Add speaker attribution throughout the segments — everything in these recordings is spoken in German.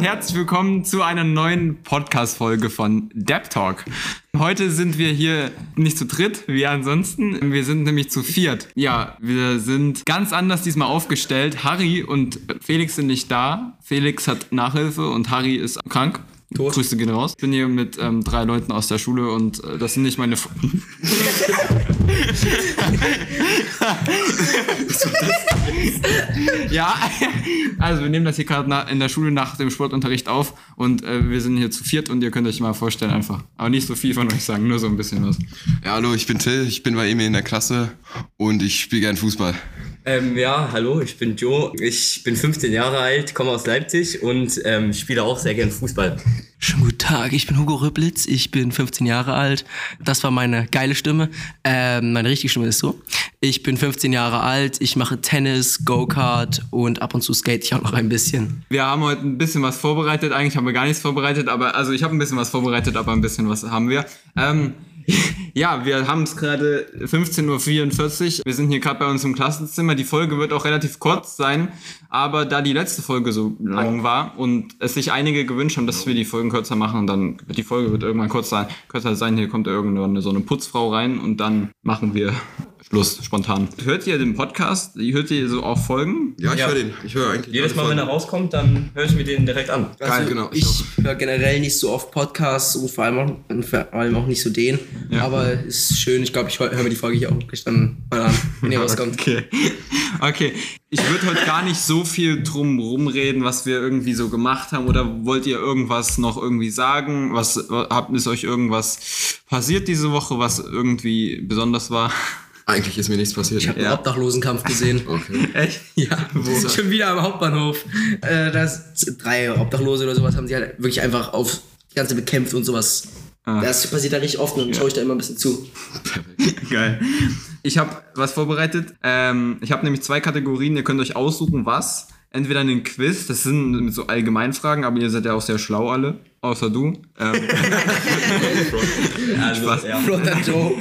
Speaker 1: herzlich willkommen zu einer neuen Podcast-Folge von Dep Talk. Heute sind wir hier nicht zu dritt, wie ansonsten. Wir sind nämlich zu viert. Ja, wir sind ganz anders diesmal aufgestellt. Harry und Felix sind nicht da. Felix hat Nachhilfe und Harry ist krank.
Speaker 2: Tot.
Speaker 1: Grüße gehen raus. Ich bin hier mit ähm, drei Leuten aus der Schule und äh, das sind nicht meine. Fre- ja, also wir nehmen das hier gerade na- in der Schule nach dem Sportunterricht auf und äh, wir sind hier zu viert und ihr könnt euch mal vorstellen einfach. Aber nicht so viel von euch sagen, nur so ein bisschen was.
Speaker 3: Ja, hallo, ich bin Till, ich bin bei Emil in der Klasse und ich spiele gern Fußball.
Speaker 2: Ähm, ja, hallo, ich bin Joe. Ich bin 15 Jahre alt, komme aus Leipzig und ähm, spiele auch sehr gern Fußball.
Speaker 4: Schönen guten Tag, ich bin Hugo Rüblitz, ich bin 15 Jahre alt. Das war meine geile Stimme. Ähm, meine richtige Stimme ist so. Ich bin 15 Jahre alt, ich mache Tennis, Go-Kart und ab und zu skate ich auch noch ein bisschen.
Speaker 1: Wir haben heute ein bisschen was vorbereitet. Eigentlich haben wir gar nichts vorbereitet, aber also ich habe ein bisschen was vorbereitet, aber ein bisschen was haben wir. Ähm, ja, wir haben es gerade 15.44 Uhr. Wir sind hier gerade bei uns im Klassenzimmer. Die Folge wird auch relativ kurz sein, aber da die letzte Folge so lang war und es sich einige gewünscht haben, dass wir die Folgen kürzer machen, dann wird die Folge wird irgendwann kurz sein, kürzer sein. Hier kommt irgendwann so eine Putzfrau rein und dann machen wir Schluss spontan. Hört ihr den Podcast? Hört ihr so auch Folgen?
Speaker 3: Ja, ich
Speaker 2: Ja.
Speaker 3: höre den. Ich höre eigentlich.
Speaker 2: Jedes
Speaker 3: alle
Speaker 2: Mal, wenn er
Speaker 3: Folgen.
Speaker 2: rauskommt, dann höre ich mir den direkt an.
Speaker 3: Also Geil, genau. Ich
Speaker 4: Also, Ich höre generell nicht so oft Podcasts und vor allem auch, und vor allem auch nicht so den.
Speaker 1: Ja.
Speaker 4: Aber es ist schön, ich glaube, ich höre mir die Folge hier auch gleich dann mal an, wenn ihr rauskommt.
Speaker 1: Okay. Okay. Ich würde heute gar nicht so viel drum rumreden, was wir irgendwie so gemacht haben. Oder wollt ihr irgendwas noch irgendwie sagen? Was habt ist euch irgendwas passiert diese Woche, was irgendwie besonders war?
Speaker 3: Eigentlich ist mir nichts passiert.
Speaker 4: Ich habe
Speaker 1: Ja.
Speaker 4: einen Obdachlosenkampf gesehen.
Speaker 3: Okay.
Speaker 1: Echt?
Speaker 4: Ja, schon wieder am Hauptbahnhof. Äh, das drei Obdachlose oder sowas haben sie halt wirklich einfach auf die ganze bekämpft und sowas.
Speaker 3: Ah.
Speaker 4: Das passiert da richtig oft und dann schaue ich da immer ein bisschen zu.
Speaker 1: Geil. Ich habe was vorbereitet. Ähm, ich habe nämlich zwei Kategorien. Ihr könnt euch aussuchen, was. Entweder einen Quiz, das sind mit so Allgemeinfragen, aber ihr seid ja auch sehr schlau alle, außer du. Ähm,
Speaker 2: Also, Ja.
Speaker 4: Flotter Joe.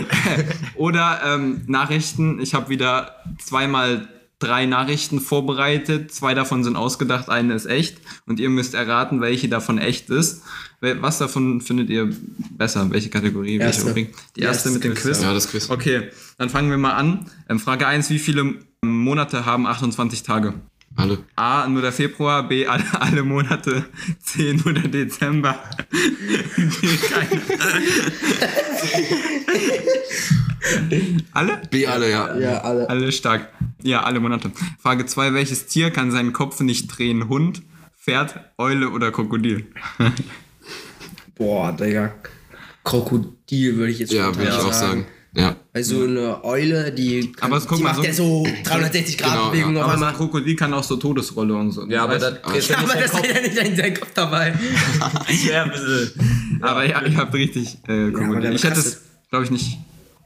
Speaker 1: Oder ähm, Nachrichten. Ich habe wieder zweimal drei Nachrichten vorbereitet. Zwei davon sind ausgedacht, eine ist echt. Und ihr müsst erraten, welche davon echt ist. Wel- Was davon findet ihr besser? Welche Kategorie?
Speaker 4: Erste.
Speaker 1: Welche Rubrik? Die
Speaker 4: Die
Speaker 1: erste
Speaker 4: erste
Speaker 1: mit dem
Speaker 4: Quiz,
Speaker 1: Quiz.
Speaker 3: Ja, das Quiz.
Speaker 1: Okay, dann fangen wir mal an. Ähm, Frage 1, wie viele Monate haben 28 Tage?
Speaker 3: Alle.
Speaker 1: A, nur der Februar, B, alle, alle Monate, C, nur der Dezember. D, keine. alle?
Speaker 3: B alle, ja.
Speaker 4: Ja, alle.
Speaker 1: Alle stark. Ja, alle Monate. Frage 2. Welches Tier kann seinen Kopf nicht drehen? Hund, Pferd, Eule oder Krokodil?
Speaker 4: Boah, Digga. Krokodil würde ich jetzt
Speaker 3: Ja,
Speaker 4: spontan
Speaker 3: würde ich auch sagen. Ja.
Speaker 4: Weil so eine Eule, die, kann,
Speaker 1: Aber es- guck
Speaker 4: die
Speaker 1: mal,
Speaker 4: macht
Speaker 1: so-
Speaker 4: ja so 360 Grad
Speaker 3: Genau,
Speaker 4: Bewegungen auf
Speaker 1: Aber so ein
Speaker 4: einmal.
Speaker 1: Krokodil kann auch so Todesrolle und so. ne?
Speaker 2: Ja, aber
Speaker 1: Weißt
Speaker 2: da
Speaker 1: du?
Speaker 2: dreht er
Speaker 4: Aber
Speaker 2: nicht
Speaker 4: das
Speaker 2: den
Speaker 4: ist ja nicht in dein Kopf dabei.
Speaker 2: Kopf. Ja, ein bisschen.
Speaker 1: aber ja, ich hab richtig äh,
Speaker 4: aber
Speaker 1: Krokodil.
Speaker 4: der
Speaker 1: ich hätte
Speaker 4: krasse-
Speaker 1: es, glaube ich, nicht.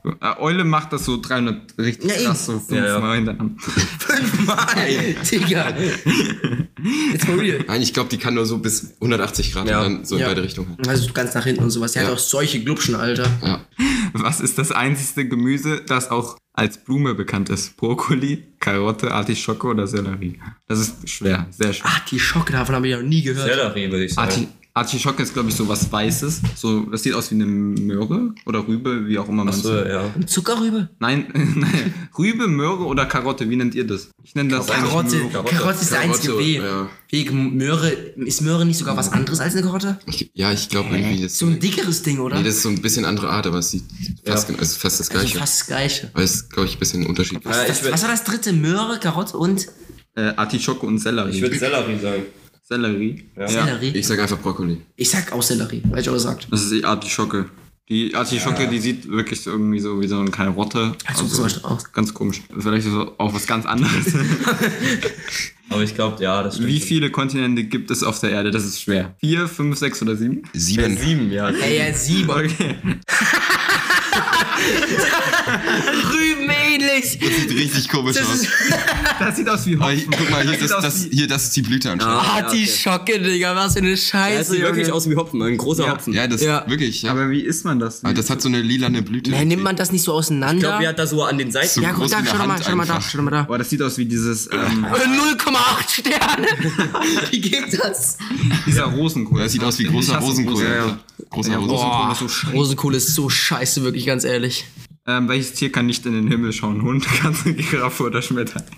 Speaker 1: Äh, Eule macht das so 300 richtig
Speaker 4: Ja, eben.
Speaker 1: krass, so fünfmal
Speaker 2: Ja, ja.
Speaker 1: hintereinander.
Speaker 4: Fünfmal. Digga. Jetzt mal real.
Speaker 3: Nein, ich glaube, die kann nur so bis 180 Grad
Speaker 2: Ja.
Speaker 3: und dann so in beide Richtungen.
Speaker 4: Also ganz nach hinten und sowas. Der
Speaker 3: Ja.
Speaker 4: hat auch solche Glubschen, Alter.
Speaker 3: Ja.
Speaker 1: Was ist das einzigste Gemüse, das auch als Blume bekannt ist? Brokkoli, Karotte, Artischocke oder Sellerie? Das ist schwer, sehr schwer.
Speaker 4: Ach, die Schocke, davon habe ich noch nie gehört.
Speaker 2: Sellerie, würde ich sagen.
Speaker 1: Arti Artischocke ist, glaube ich, so was Weißes. So, das sieht aus wie eine Möhre oder Rübe, wie auch immer man es
Speaker 2: So, ja.
Speaker 4: Zuckerrübe?
Speaker 1: Nein, nein, Rübe, Möhre oder Karotte, wie nennt ihr das? Ich nenne das eigentlich
Speaker 4: Karotte.
Speaker 1: Möhre.
Speaker 4: Karotte, ist der einzige
Speaker 3: Karotte,
Speaker 4: W.
Speaker 3: ja.
Speaker 4: Wegen Möhre. Ist Möhre nicht sogar was anderes als eine Karotte?
Speaker 3: Ich, ja, ich glaube irgendwie das.
Speaker 4: So ein dickeres Ding, oder?
Speaker 3: Nee, das ist so ein bisschen andere Art, aber es sieht fast, gen- es ist fast das
Speaker 4: also
Speaker 3: gleiche.
Speaker 4: fast das gleiche.
Speaker 3: Aber es ist, glaube ich, ein bisschen unterschiedlich.
Speaker 2: Ja, ich
Speaker 4: Das,
Speaker 2: würde
Speaker 4: was war das dritte? Möhre, Karotte und
Speaker 1: Äh, Artischocke und Sellerie.
Speaker 2: ich würd Sellerie sagen.
Speaker 1: Sellerie. Ja.
Speaker 4: Sellerie.
Speaker 3: Ich sag einfach Brokkoli.
Speaker 4: Ich sag auch Sellerie, weil ich auch gesagt.
Speaker 1: Das ist die Artischocke. Die Artischocke, die sieht wirklich so irgendwie so wie so eine Karotte.
Speaker 4: Also zum Beispiel auch.
Speaker 1: Ganz komisch. Vielleicht ist es auch was ganz anderes.
Speaker 2: Aber ich glaube, ja, das stimmt.
Speaker 1: wie viele Kontinente gibt es auf der Erde? Das ist schwer. Vier, fünf, sechs oder sieben?
Speaker 3: Sieben.
Speaker 2: Sieben, ja.
Speaker 4: Ey, ja, sieben.
Speaker 1: Okay.
Speaker 4: Rüben, ey.
Speaker 5: ähnlich.
Speaker 3: Sieht richtig komisch
Speaker 5: Das
Speaker 3: aus.
Speaker 5: ist
Speaker 1: Das sieht aus wie
Speaker 3: Aber hier,
Speaker 1: Hopfen.
Speaker 3: guck mal, hier,
Speaker 1: sieht
Speaker 3: das,
Speaker 1: aus
Speaker 3: das,
Speaker 1: wie-
Speaker 3: hier, das ist die Blüte anscheinend.
Speaker 5: Ah,
Speaker 2: Ja, okay.
Speaker 5: die Schocke, Digga, was für eine
Speaker 2: Ja,
Speaker 5: Scheiße.
Speaker 2: sieht
Speaker 5: Junge.
Speaker 2: wirklich aus wie Hopfen, ein großer
Speaker 1: Ja.
Speaker 2: Hopfen.
Speaker 3: Ah. Ja, das
Speaker 5: Ja.
Speaker 3: wirklich. Ja. Aber
Speaker 1: Aber wie isst man das?
Speaker 3: Ah, das hat so eine lilane Blüte.
Speaker 5: Hä, nimmt man das nicht so auseinander?
Speaker 2: Ich glaube, er hat da so an den Seiten.
Speaker 3: So
Speaker 5: ja, guck
Speaker 3: groß
Speaker 5: da,
Speaker 3: in der
Speaker 5: schau doch mal,
Speaker 3: Hand
Speaker 5: schau doch mal da,
Speaker 3: einfach.
Speaker 5: schau doch mal da.
Speaker 1: Boah, das sieht aus wie dieses, ähm,
Speaker 5: Äh, 0,8 Sterne. Wie geht das?
Speaker 1: dieser Rosenkohl.
Speaker 3: das sieht aus wie
Speaker 1: Ich
Speaker 3: großer
Speaker 1: hasse
Speaker 3: Rosenkohl.
Speaker 1: Rosen-
Speaker 3: Ja,
Speaker 1: ja.
Speaker 3: Großer Rosenkohl.
Speaker 1: Rosenkohl
Speaker 5: Boah,
Speaker 1: ist so scheiße.
Speaker 5: Rosenkohl ist so scheiße, wirklich, ganz ehrlich.
Speaker 1: Ähm, welches Tier kann nicht in den Himmel schauen? Hund, Katze, Giraffe oder Schmetterling?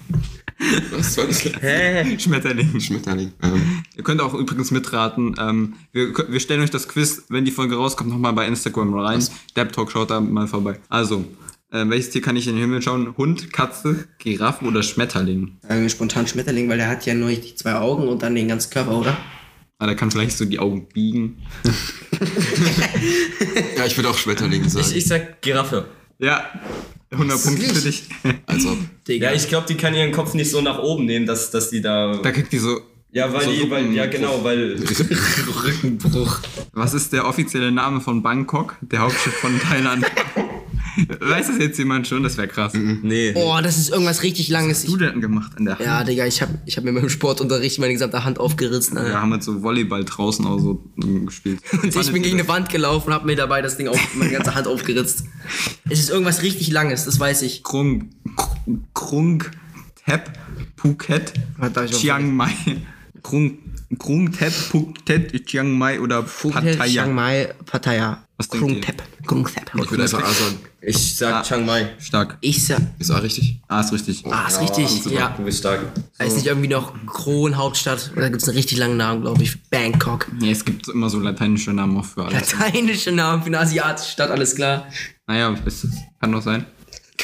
Speaker 3: Was soll das?
Speaker 2: Hä?
Speaker 1: Schmetterling.
Speaker 3: Schmetterling. Ähm,
Speaker 1: Ihr könnt auch übrigens mitraten. Ähm, wir, wir stellen euch das Quiz, wenn die Folge rauskommt, nochmal bei Instagram rein. Dab Talk schaut da mal vorbei. Also, ähm, welches Tier kann nicht in den Himmel schauen? Hund, Katze, Giraffe oder Schmetterling?
Speaker 4: Sagen wir spontan Schmetterling, weil der hat ja nur die zwei Augen und dann den ganzen Körper, oder?
Speaker 1: Ah, der kann vielleicht so die Augen biegen.
Speaker 3: ja, ich würde auch Schmetterling sagen.
Speaker 2: Ich, ich sag Giraffe.
Speaker 1: Ja, 100 Punkte für dich.
Speaker 3: als ob.
Speaker 2: Ja, ich glaube, die kann ihren Kopf nicht so nach oben nehmen, dass, dass die da.
Speaker 1: Da kriegt die so.
Speaker 2: ja, weil
Speaker 1: so
Speaker 2: die, weil, ja genau, weil.
Speaker 5: Rückenbruch.
Speaker 1: Was ist der offizielle Name von Bangkok, der Hauptstadt von Thailand? Weiß das jetzt jemand schon? Das wäre krass. Was
Speaker 2: Nee.
Speaker 5: Boah, das ist irgendwas richtig langes.
Speaker 1: hast du denn gemacht an der Hand?
Speaker 5: Ja, Digga, ich hab, ich hab mir beim Sportunterricht meine gesamte Hand ne? aufgerissen. Alter.
Speaker 1: Wir haben jetzt so Volleyball draußen auch so ähm, gespielt.
Speaker 5: Und ich bin gegen eine Wand gelaufen und hab mir dabei das Ding auf meine ganze Hand aufgeritzt. Es ist irgendwas richtig Langes, das weiß ich.
Speaker 1: Krung, Krung, Tep, Phuket,
Speaker 5: Was darf ich noch
Speaker 1: Chiang Mai. Krung, Krung, Tep, Phuket, Chiang Mai oder
Speaker 5: Chiang
Speaker 1: Pattaya.
Speaker 5: Mai, Pattaya.
Speaker 1: Was denkt
Speaker 5: Krung
Speaker 1: ihr?
Speaker 5: Thep. Krung Thep.
Speaker 3: Ich würde einfach A sagen.
Speaker 2: Ich sag
Speaker 1: Ah.
Speaker 2: Chiang Mai.
Speaker 1: Stark.
Speaker 5: Ich sag,
Speaker 3: Ist A richtig?
Speaker 1: Ah, ist richtig.
Speaker 5: ah, ist richtig, ja.
Speaker 2: Du bist stark.
Speaker 5: Ist nicht irgendwie noch Kronhauptstadt? Oder gibt's einen richtig langen Namen, glaube ich? Bangkok.
Speaker 1: Ja, es gibt immer so lateinische Namen auch für alles.
Speaker 5: Lateinische Namen für eine asiatische Stadt, alles klar.
Speaker 1: Naja, ist, kann doch sein.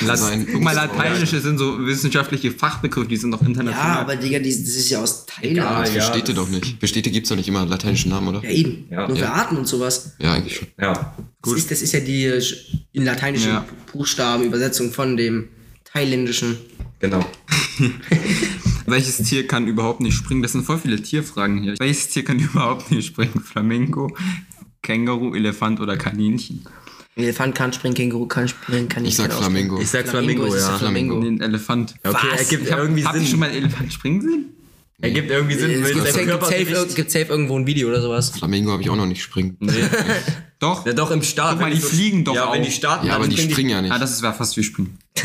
Speaker 1: Lat
Speaker 3: sein.
Speaker 1: Guck mal, lateinische sind so wissenschaftliche Fachbegriffe, die sind doch international.
Speaker 4: Ja, aber Digga, die, das ist ja aus
Speaker 2: Ah,
Speaker 4: Thailand.
Speaker 2: ja.
Speaker 3: Städte doch nicht. Für Städte gibt's doch nicht immer einen lateinischen Namen, oder?
Speaker 4: Ja, eben.
Speaker 2: Ja.
Speaker 4: Nur für
Speaker 2: Ja.
Speaker 4: Arten und sowas.
Speaker 3: Ja, eigentlich schon.
Speaker 2: Ja.
Speaker 4: Das ist, das ist ja die äh, in lateinischen
Speaker 1: Ja.
Speaker 4: Buchstabenübersetzung von dem thailändischen.
Speaker 2: Genau.
Speaker 1: Welches Tier kann überhaupt nicht springen? Das sind voll viele Tierfragen hier. Welches Tier kann überhaupt nicht springen? Flamingo, Känguru, Elefant oder Kaninchen?
Speaker 5: Ein Elefant kann springen, Känguru kann springen, kann
Speaker 3: Ich sag
Speaker 5: ausspringen.
Speaker 3: Flamingo.
Speaker 2: Ich sag Flamingo,
Speaker 5: Flamingo, es ist
Speaker 2: ja.
Speaker 5: ein
Speaker 4: Oh.
Speaker 5: Flamingo.
Speaker 1: Nee, ein Elefant.
Speaker 2: Okay,
Speaker 5: Was?
Speaker 2: ergibt
Speaker 1: Ich hab,
Speaker 2: irgendwie
Speaker 1: habt ihr schon
Speaker 2: Sinn.
Speaker 1: mal einen Elefant springen sehen?
Speaker 2: Ergibt irgendwie Sinn,
Speaker 5: Es
Speaker 2: weil
Speaker 5: gibt
Speaker 2: sein
Speaker 5: safe,
Speaker 2: Körper.
Speaker 5: safe,
Speaker 2: nicht-
Speaker 5: gibt safe irgendwo ein Video oder sowas.
Speaker 3: Flamingo habe ich auch noch nicht springen.
Speaker 1: Doch.
Speaker 2: Ja, doch im Start.
Speaker 1: Guck mal,
Speaker 2: wenn
Speaker 1: die
Speaker 2: so-
Speaker 1: fliegen doch
Speaker 2: Ja, wenn
Speaker 1: auch.
Speaker 2: die starten,
Speaker 3: Ja,
Speaker 2: dann
Speaker 4: also
Speaker 3: aber die springen ja
Speaker 1: Ah,
Speaker 3: nicht.
Speaker 1: das ist- wäre fast wie Springen.
Speaker 2: die.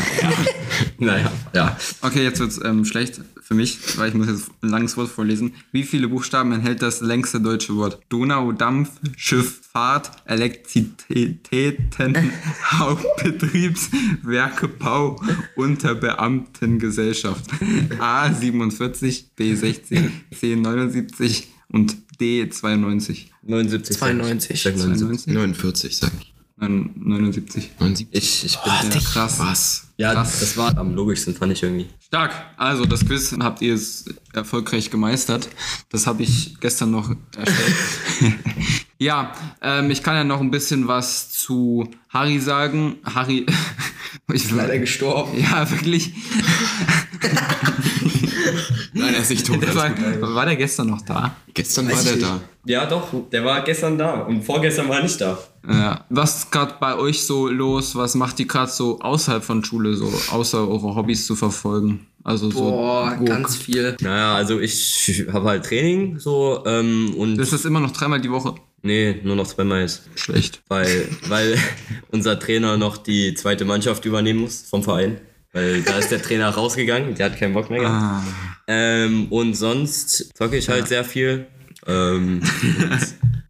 Speaker 2: Naja, ja.
Speaker 1: Okay, jetzt wird's ähm, schlecht für mich, weil ich muss jetzt ein langes Wort vorlesen. Wie viele Buchstaben enthält das längste deutsche Wort? Donau, Dampf, Schifffahrt, Elektrizitäten, Hauptbetriebswerke, Bau, Unterbeamtengesellschaft. A 47, B 16, C 79 und D Also 92.
Speaker 2: 79.
Speaker 5: 92.
Speaker 2: Sag 79.
Speaker 3: 49, sag ich.
Speaker 1: Nein, 79.
Speaker 3: 79.
Speaker 2: Ich, ich bin.
Speaker 1: Ja, krass.
Speaker 3: Was?
Speaker 2: ja, das war am logischsten, fand ich irgendwie.
Speaker 1: Stark. Also, das Quiz habt ihr es erfolgreich gemeistert. Das habe ich gestern noch erstellt. ja, ähm, ich kann ja noch ein bisschen was zu Harry sagen. Harry ich leider gestorben. Ja, wirklich.
Speaker 3: Nein, er ist nicht tot.
Speaker 1: Der
Speaker 3: alles
Speaker 1: war,
Speaker 3: gut.
Speaker 1: war der gestern noch da?
Speaker 3: Gestern war der da.
Speaker 2: Ja, doch, der war gestern da und vorgestern war er nicht da.
Speaker 1: Ja. Was ist gerade bei euch so los? Was macht ihr gerade so außerhalb von Schule, so außer eure Hobbys zu verfolgen? Also so.
Speaker 5: Boah,
Speaker 1: grob.
Speaker 5: ganz viel.
Speaker 2: Naja, also ich habe halt Training so ähm, und.
Speaker 1: Das ist immer noch dreimal die Woche.
Speaker 2: nee, nur noch zweimal jetzt.
Speaker 1: Schlecht.
Speaker 2: Weil, weil unser Trainer noch die zweite Mannschaft übernehmen muss vom Verein. Weil da ist der Trainer rausgegangen, der hat keinen Bock mehr gehabt.
Speaker 1: Ah.
Speaker 2: Ähm, und sonst zocke ich halt sehr viel. Ähm, und,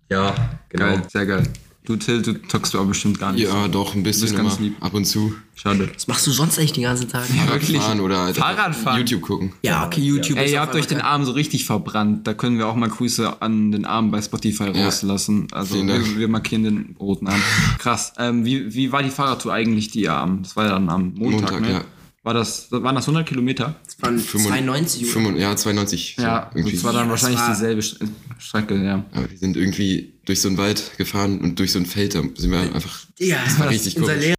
Speaker 2: ja, genau.
Speaker 1: Geil, sehr geil. Du, Till, du zockst du aber bestimmt gar nicht.
Speaker 3: Ja, doch, ein bisschen
Speaker 1: bist ganz
Speaker 3: immer.
Speaker 1: lieb.
Speaker 3: Ab und zu.
Speaker 1: Schade.
Speaker 5: Was machst du sonst eigentlich den ganzen Tag?
Speaker 1: Wirklich?
Speaker 3: Fahren oder halt
Speaker 1: Fahrradfahren?
Speaker 3: YouTube gucken.
Speaker 5: Ja, okay, YouTube.
Speaker 1: Ey,
Speaker 5: ist
Speaker 1: ihr
Speaker 5: auf
Speaker 1: habt euch
Speaker 5: einmal
Speaker 1: den Arm so richtig verbrannt. Da können wir auch mal Grüße an den Arm bei Spotify rauslassen. Also
Speaker 3: Vielen Dank.
Speaker 1: wir, wir markieren den roten Arm. Krass. Ähm, wie, wie war die Fahrradtour eigentlich, die ihr am, das war ja dann am Montag,
Speaker 3: Montag,
Speaker 1: ne?
Speaker 3: ja.
Speaker 1: War das, waren das 100 Kilometer?
Speaker 5: von 92 Uhr.
Speaker 3: 95, ja, 92. so
Speaker 1: Ja,
Speaker 3: irgendwie.
Speaker 1: das war dann
Speaker 5: Ja,
Speaker 1: wahrscheinlich
Speaker 5: das war-
Speaker 1: dieselbe Sch- Strecke, ja.
Speaker 3: Aber wir sind irgendwie durch so einen Wald gefahren und durch so ein Feld, da sind wir einfach.
Speaker 5: Ja,
Speaker 3: Das war richtig
Speaker 5: unser
Speaker 3: komisch.
Speaker 5: Lehrer,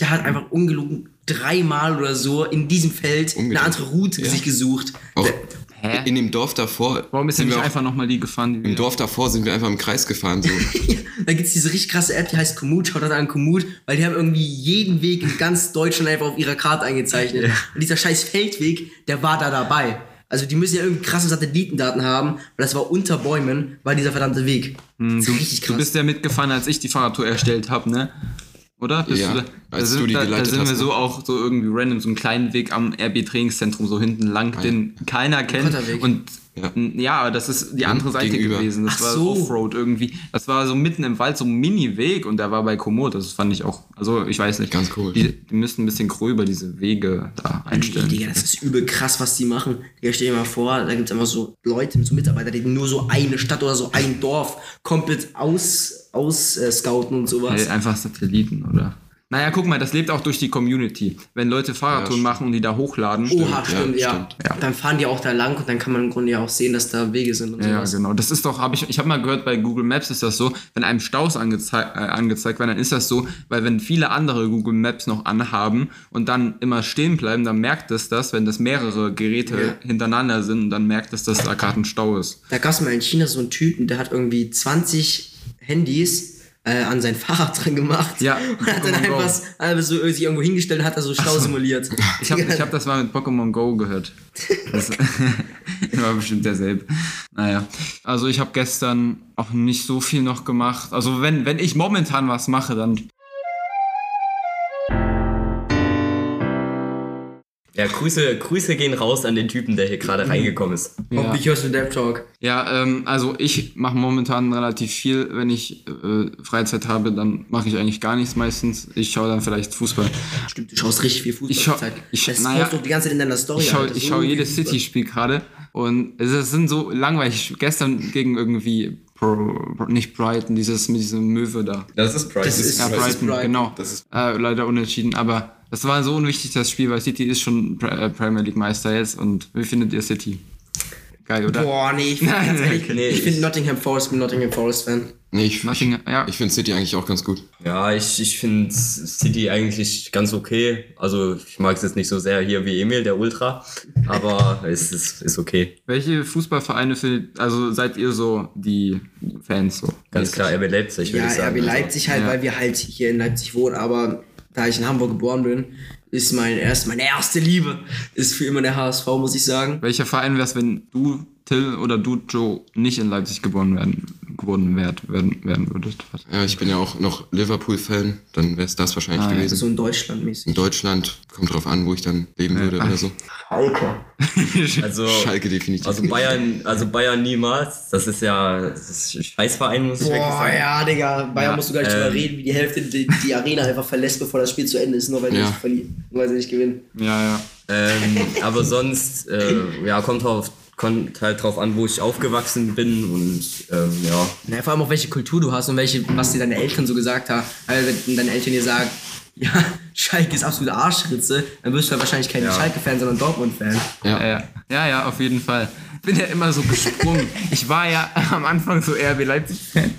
Speaker 5: der hat einfach ungelogen dreimal oder so in diesem Feld
Speaker 3: Umgedreht.
Speaker 5: eine andere Route sich gesucht.
Speaker 3: Auch,
Speaker 1: Hä?
Speaker 3: In dem Dorf davor.
Speaker 1: Warum ist denn
Speaker 3: sind
Speaker 1: nicht
Speaker 3: wir auch-
Speaker 1: einfach nochmal die gefahren, die
Speaker 3: Im
Speaker 1: wir...
Speaker 3: Dorf davor sind wir einfach im Kreis gefahren. So.
Speaker 5: Da gibt es diese richtig krasse App, die heißt Komoot. Schaut das an, Komoot, weil die haben irgendwie jeden Weg in ganz Deutschland einfach auf ihrer Karte eingezeichnet. Und dieser scheiß Feldweg, der war da dabei. Also die müssen ja irgendwie krasse Satellitendaten haben, weil das war unter Bäumen, war dieser verdammte Weg. das ist richtig
Speaker 1: Du
Speaker 5: krass.
Speaker 1: bist ja mitgefahren, als ich die Fahrradtour erstellt habe, ne? Oder? Bist
Speaker 3: Ja,
Speaker 1: du da, da
Speaker 3: als
Speaker 1: sind,
Speaker 3: du die
Speaker 1: da, da
Speaker 3: geleitet
Speaker 1: sind wir
Speaker 3: hast, ne?
Speaker 1: so auch so irgendwie random so einen kleinen Weg am RB Trainingszentrum so hinten lang, den keiner kennt
Speaker 5: Kotterweg.
Speaker 1: und
Speaker 3: Ah, Ja. Hm,
Speaker 1: n- ja, aber das ist die andere Seite
Speaker 3: gegenüber.
Speaker 1: gewesen. Das
Speaker 5: Ach
Speaker 1: war
Speaker 5: so.
Speaker 1: Offroad irgendwie. Das war so mitten im Wald so ein Mini-Weg und der war bei Komoot. Das fand ich auch. Also ich weiß nicht.
Speaker 3: Ganz cool.
Speaker 1: Die, die müssen ein bisschen gröber diese Wege da einstellen.
Speaker 4: Digga, das ist übel krass, was die machen. Digga, stell dir mal vor, da gibt es einfach so Leute, so Mitarbeiter, die nur so eine Stadt oder so ein Dorf komplett aus, aus äh, scouten und sowas.
Speaker 1: Hey, einfach Satelliten, oder? Naja, guck mal, das lebt auch durch die Community. Wenn Leute Fahrradtouren machen und die da hochladen.
Speaker 4: Oha, stimmt, ja. Dann fahren die auch da lang und dann kann man im Grunde ja auch sehen, dass da Wege sind und
Speaker 1: Ja,
Speaker 4: sowas.
Speaker 1: genau. Das ist doch, habe ich, ich habe mal gehört, bei Google Maps ist das so, wenn einem Staus angezei äh, angezeigt werden, dann ist das so, weil wenn viele andere Google Maps noch anhaben und dann immer stehen bleiben, dann merkt es das, wenn das mehrere Geräte hintereinander sind, dann merkt es, dass da gerade ein Stau ist.
Speaker 4: Da gab es mal in China so einen Typen, der hat irgendwie 20 Handys äh, an sein Fahrrad dran gemacht.
Speaker 1: Ja,
Speaker 4: Und hat dann
Speaker 1: Pokémon Go.
Speaker 4: einfach also so, sich irgendwo hingestellt und hat da so Stau simuliert.
Speaker 1: Ich habe ich hab das mal mit Pokémon Go gehört. Das war bestimmt derselbe. Naja, also ich habe gestern auch nicht so viel noch gemacht. Also wenn, wenn ich momentan was mache, dann...
Speaker 2: Ja, Grüße, Grüße gehen raus an den Typen, der hier
Speaker 1: Mhm.
Speaker 2: gerade reingekommen ist.
Speaker 4: Hoffentlich hörst du Dev Talk.
Speaker 1: Ja, ähm, also ich mache momentan relativ viel. Wenn ich äh, Freizeit habe, dann mache ich eigentlich gar nichts meistens. Ich schaue dann vielleicht Fußball.
Speaker 4: Stimmt, du schaust richtig viel Fußball.
Speaker 1: Ich schau-
Speaker 4: zur Zeit.
Speaker 1: ich-
Speaker 4: das
Speaker 1: naja,
Speaker 4: naja, doch die ganze Zeit in deiner Story.
Speaker 1: Ich schaue
Speaker 4: Alter,
Speaker 1: ich
Speaker 4: so
Speaker 1: schau
Speaker 4: viel
Speaker 1: jedes
Speaker 4: Fußball.
Speaker 1: City-Spiel gerade und es ist- sind so langweilig. Gestern gegen irgendwie, Pro, Pro- nicht Brighton, dieses mit diesem Möwe da.
Speaker 2: Das ist Price.
Speaker 4: Das ist,
Speaker 1: Ja,
Speaker 4: das ist
Speaker 1: Brighton,
Speaker 4: Brighton.
Speaker 1: genau.
Speaker 3: Das ist-
Speaker 1: äh, leider unentschieden, aber das war so unwichtig, das Spiel, weil City ist schon Pre äh, Premier League Meister jetzt. Und wie findet ihr City? Geil, oder?
Speaker 4: Boah, nee, ich, ganz ehrlich,
Speaker 2: nee,
Speaker 4: ich
Speaker 2: ich-
Speaker 4: finde Nottingham Forest, bin Nottingham Forest-Fan.
Speaker 3: Nee, ich, ich,
Speaker 1: Nottingham, ja.
Speaker 3: ich finde City eigentlich auch ganz gut.
Speaker 2: Ja, ich, ich finde City eigentlich ganz okay. Also ich mag es jetzt nicht so sehr hier wie Emil, der Ultra, aber es ist, ist okay.
Speaker 1: Welche Fußballvereine findet, also seid ihr so die Fans so?
Speaker 2: Ganz klar, RB Leipzig, würde
Speaker 4: Ja,
Speaker 2: ich sagen.
Speaker 4: RB Leipzig halt,
Speaker 1: also- ja.
Speaker 4: weil wir halt hier in Leipzig wohnen, aber da ich in Hamburg geboren bin, ist mein erst, meine erste Liebe ist für immer der HSV, muss ich sagen.
Speaker 1: Welcher Verein wär's, wenn du, Till oder du, Joe, nicht in Leipzig geboren werden, geboren werd, werden, werden würdest? Was?
Speaker 3: Ja, ich bin ja auch noch Liverpool-Fan, dann wäre es das
Speaker 1: Ah,
Speaker 3: wahrscheinlich gewesen.
Speaker 4: So in Deutschland mäßig.
Speaker 3: In Deutschland kommt drauf an, wo ich dann leben würde oder so.
Speaker 1: Ah.
Speaker 2: Also,
Speaker 3: Schalke definitiv.
Speaker 2: also Bayern, also Bayern niemals. Das ist ja das ist ein Scheißverein, muss ich wirklich
Speaker 4: Boah,
Speaker 2: sagen.
Speaker 4: ja, Digga, Bayern musst du gar nicht
Speaker 2: ähm,
Speaker 4: drüber reden, wie die Hälfte die, die Arena einfach verlässt, bevor das Spiel zu Ende ist, nur weil,
Speaker 3: Ja.
Speaker 4: die, nicht verlieren, nur weil sie nicht gewinnen.
Speaker 1: Ja, ja.
Speaker 2: Ähm, aber sonst, äh, ja, kommt, drauf, kommt halt drauf an, wo ich aufgewachsen bin und ähm, ja.
Speaker 4: Na, vor allem auch welche Kultur du hast und welche, was dir deine Eltern so gesagt haben. Also wenn deine Eltern dir sagen, ja, Schalke ist absolute Arschritze, dann wirst du halt wahrscheinlich kein Schalke-Fan, sondern Dortmund-Fan.
Speaker 1: Ja, ja, ja, ja, auf jeden Fall. Bin ja immer so gesprungen. Ich war ja am Anfang so RB Leipzig-Fan.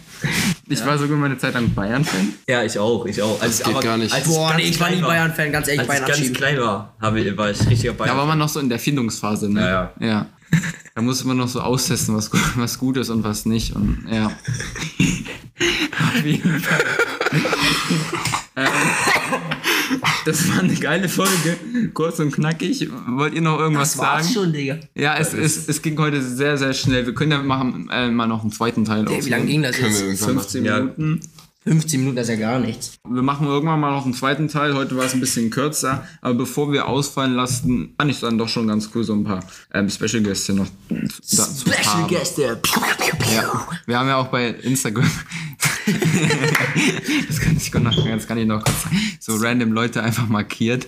Speaker 1: Ich war sogar mal eine Zeit lang Bayern-Fan.
Speaker 2: Ja, ich auch, ich auch. Als,
Speaker 3: geht gar nicht.
Speaker 2: Als
Speaker 4: Boah,
Speaker 2: ganz
Speaker 4: nee, ich war nie
Speaker 2: klein
Speaker 4: Bayern-Fan, ganz ehrlich,
Speaker 2: Als
Speaker 4: Bayern
Speaker 2: ich ganz
Speaker 4: abschieben.
Speaker 2: klein war, habe, ich- war ich richtiger
Speaker 1: Da
Speaker 2: Bayern.
Speaker 1: war man noch so in der Findungsphase, ne?
Speaker 2: Ja,
Speaker 1: ja. Da musste man noch so austesten, was, gu- was gut ist und was nicht. Und ja. Auf jeden Fall. ähm, das war eine geile Folge. Kurz und knackig. Wollt ihr noch irgendwas
Speaker 4: Das
Speaker 1: sagen?
Speaker 4: war's schon, Digga.
Speaker 1: Ja, es, es, es ging heute sehr, sehr schnell. Wir können ja machen, äh, mal noch einen zweiten Teil
Speaker 4: Ey, wie lange ging das
Speaker 3: Können wir
Speaker 4: jetzt?
Speaker 3: irgendwann machen.
Speaker 1: 15
Speaker 2: Ja.
Speaker 1: Minuten.
Speaker 4: 15 Minuten, das ist ja gar nichts.
Speaker 1: Wir machen irgendwann mal noch einen zweiten Teil. Heute war es ein bisschen kürzer. Aber bevor wir ausfallen lassen, fand ich dann doch schon ganz cool, so ein paar ähm, Special Gäste noch dazu
Speaker 4: Special
Speaker 1: haben.
Speaker 4: Gäste.
Speaker 1: Ja. Wir haben ja auch bei Instagram. das kann ich, noch, das kann ich noch kurz sagen. So random Leute einfach markiert.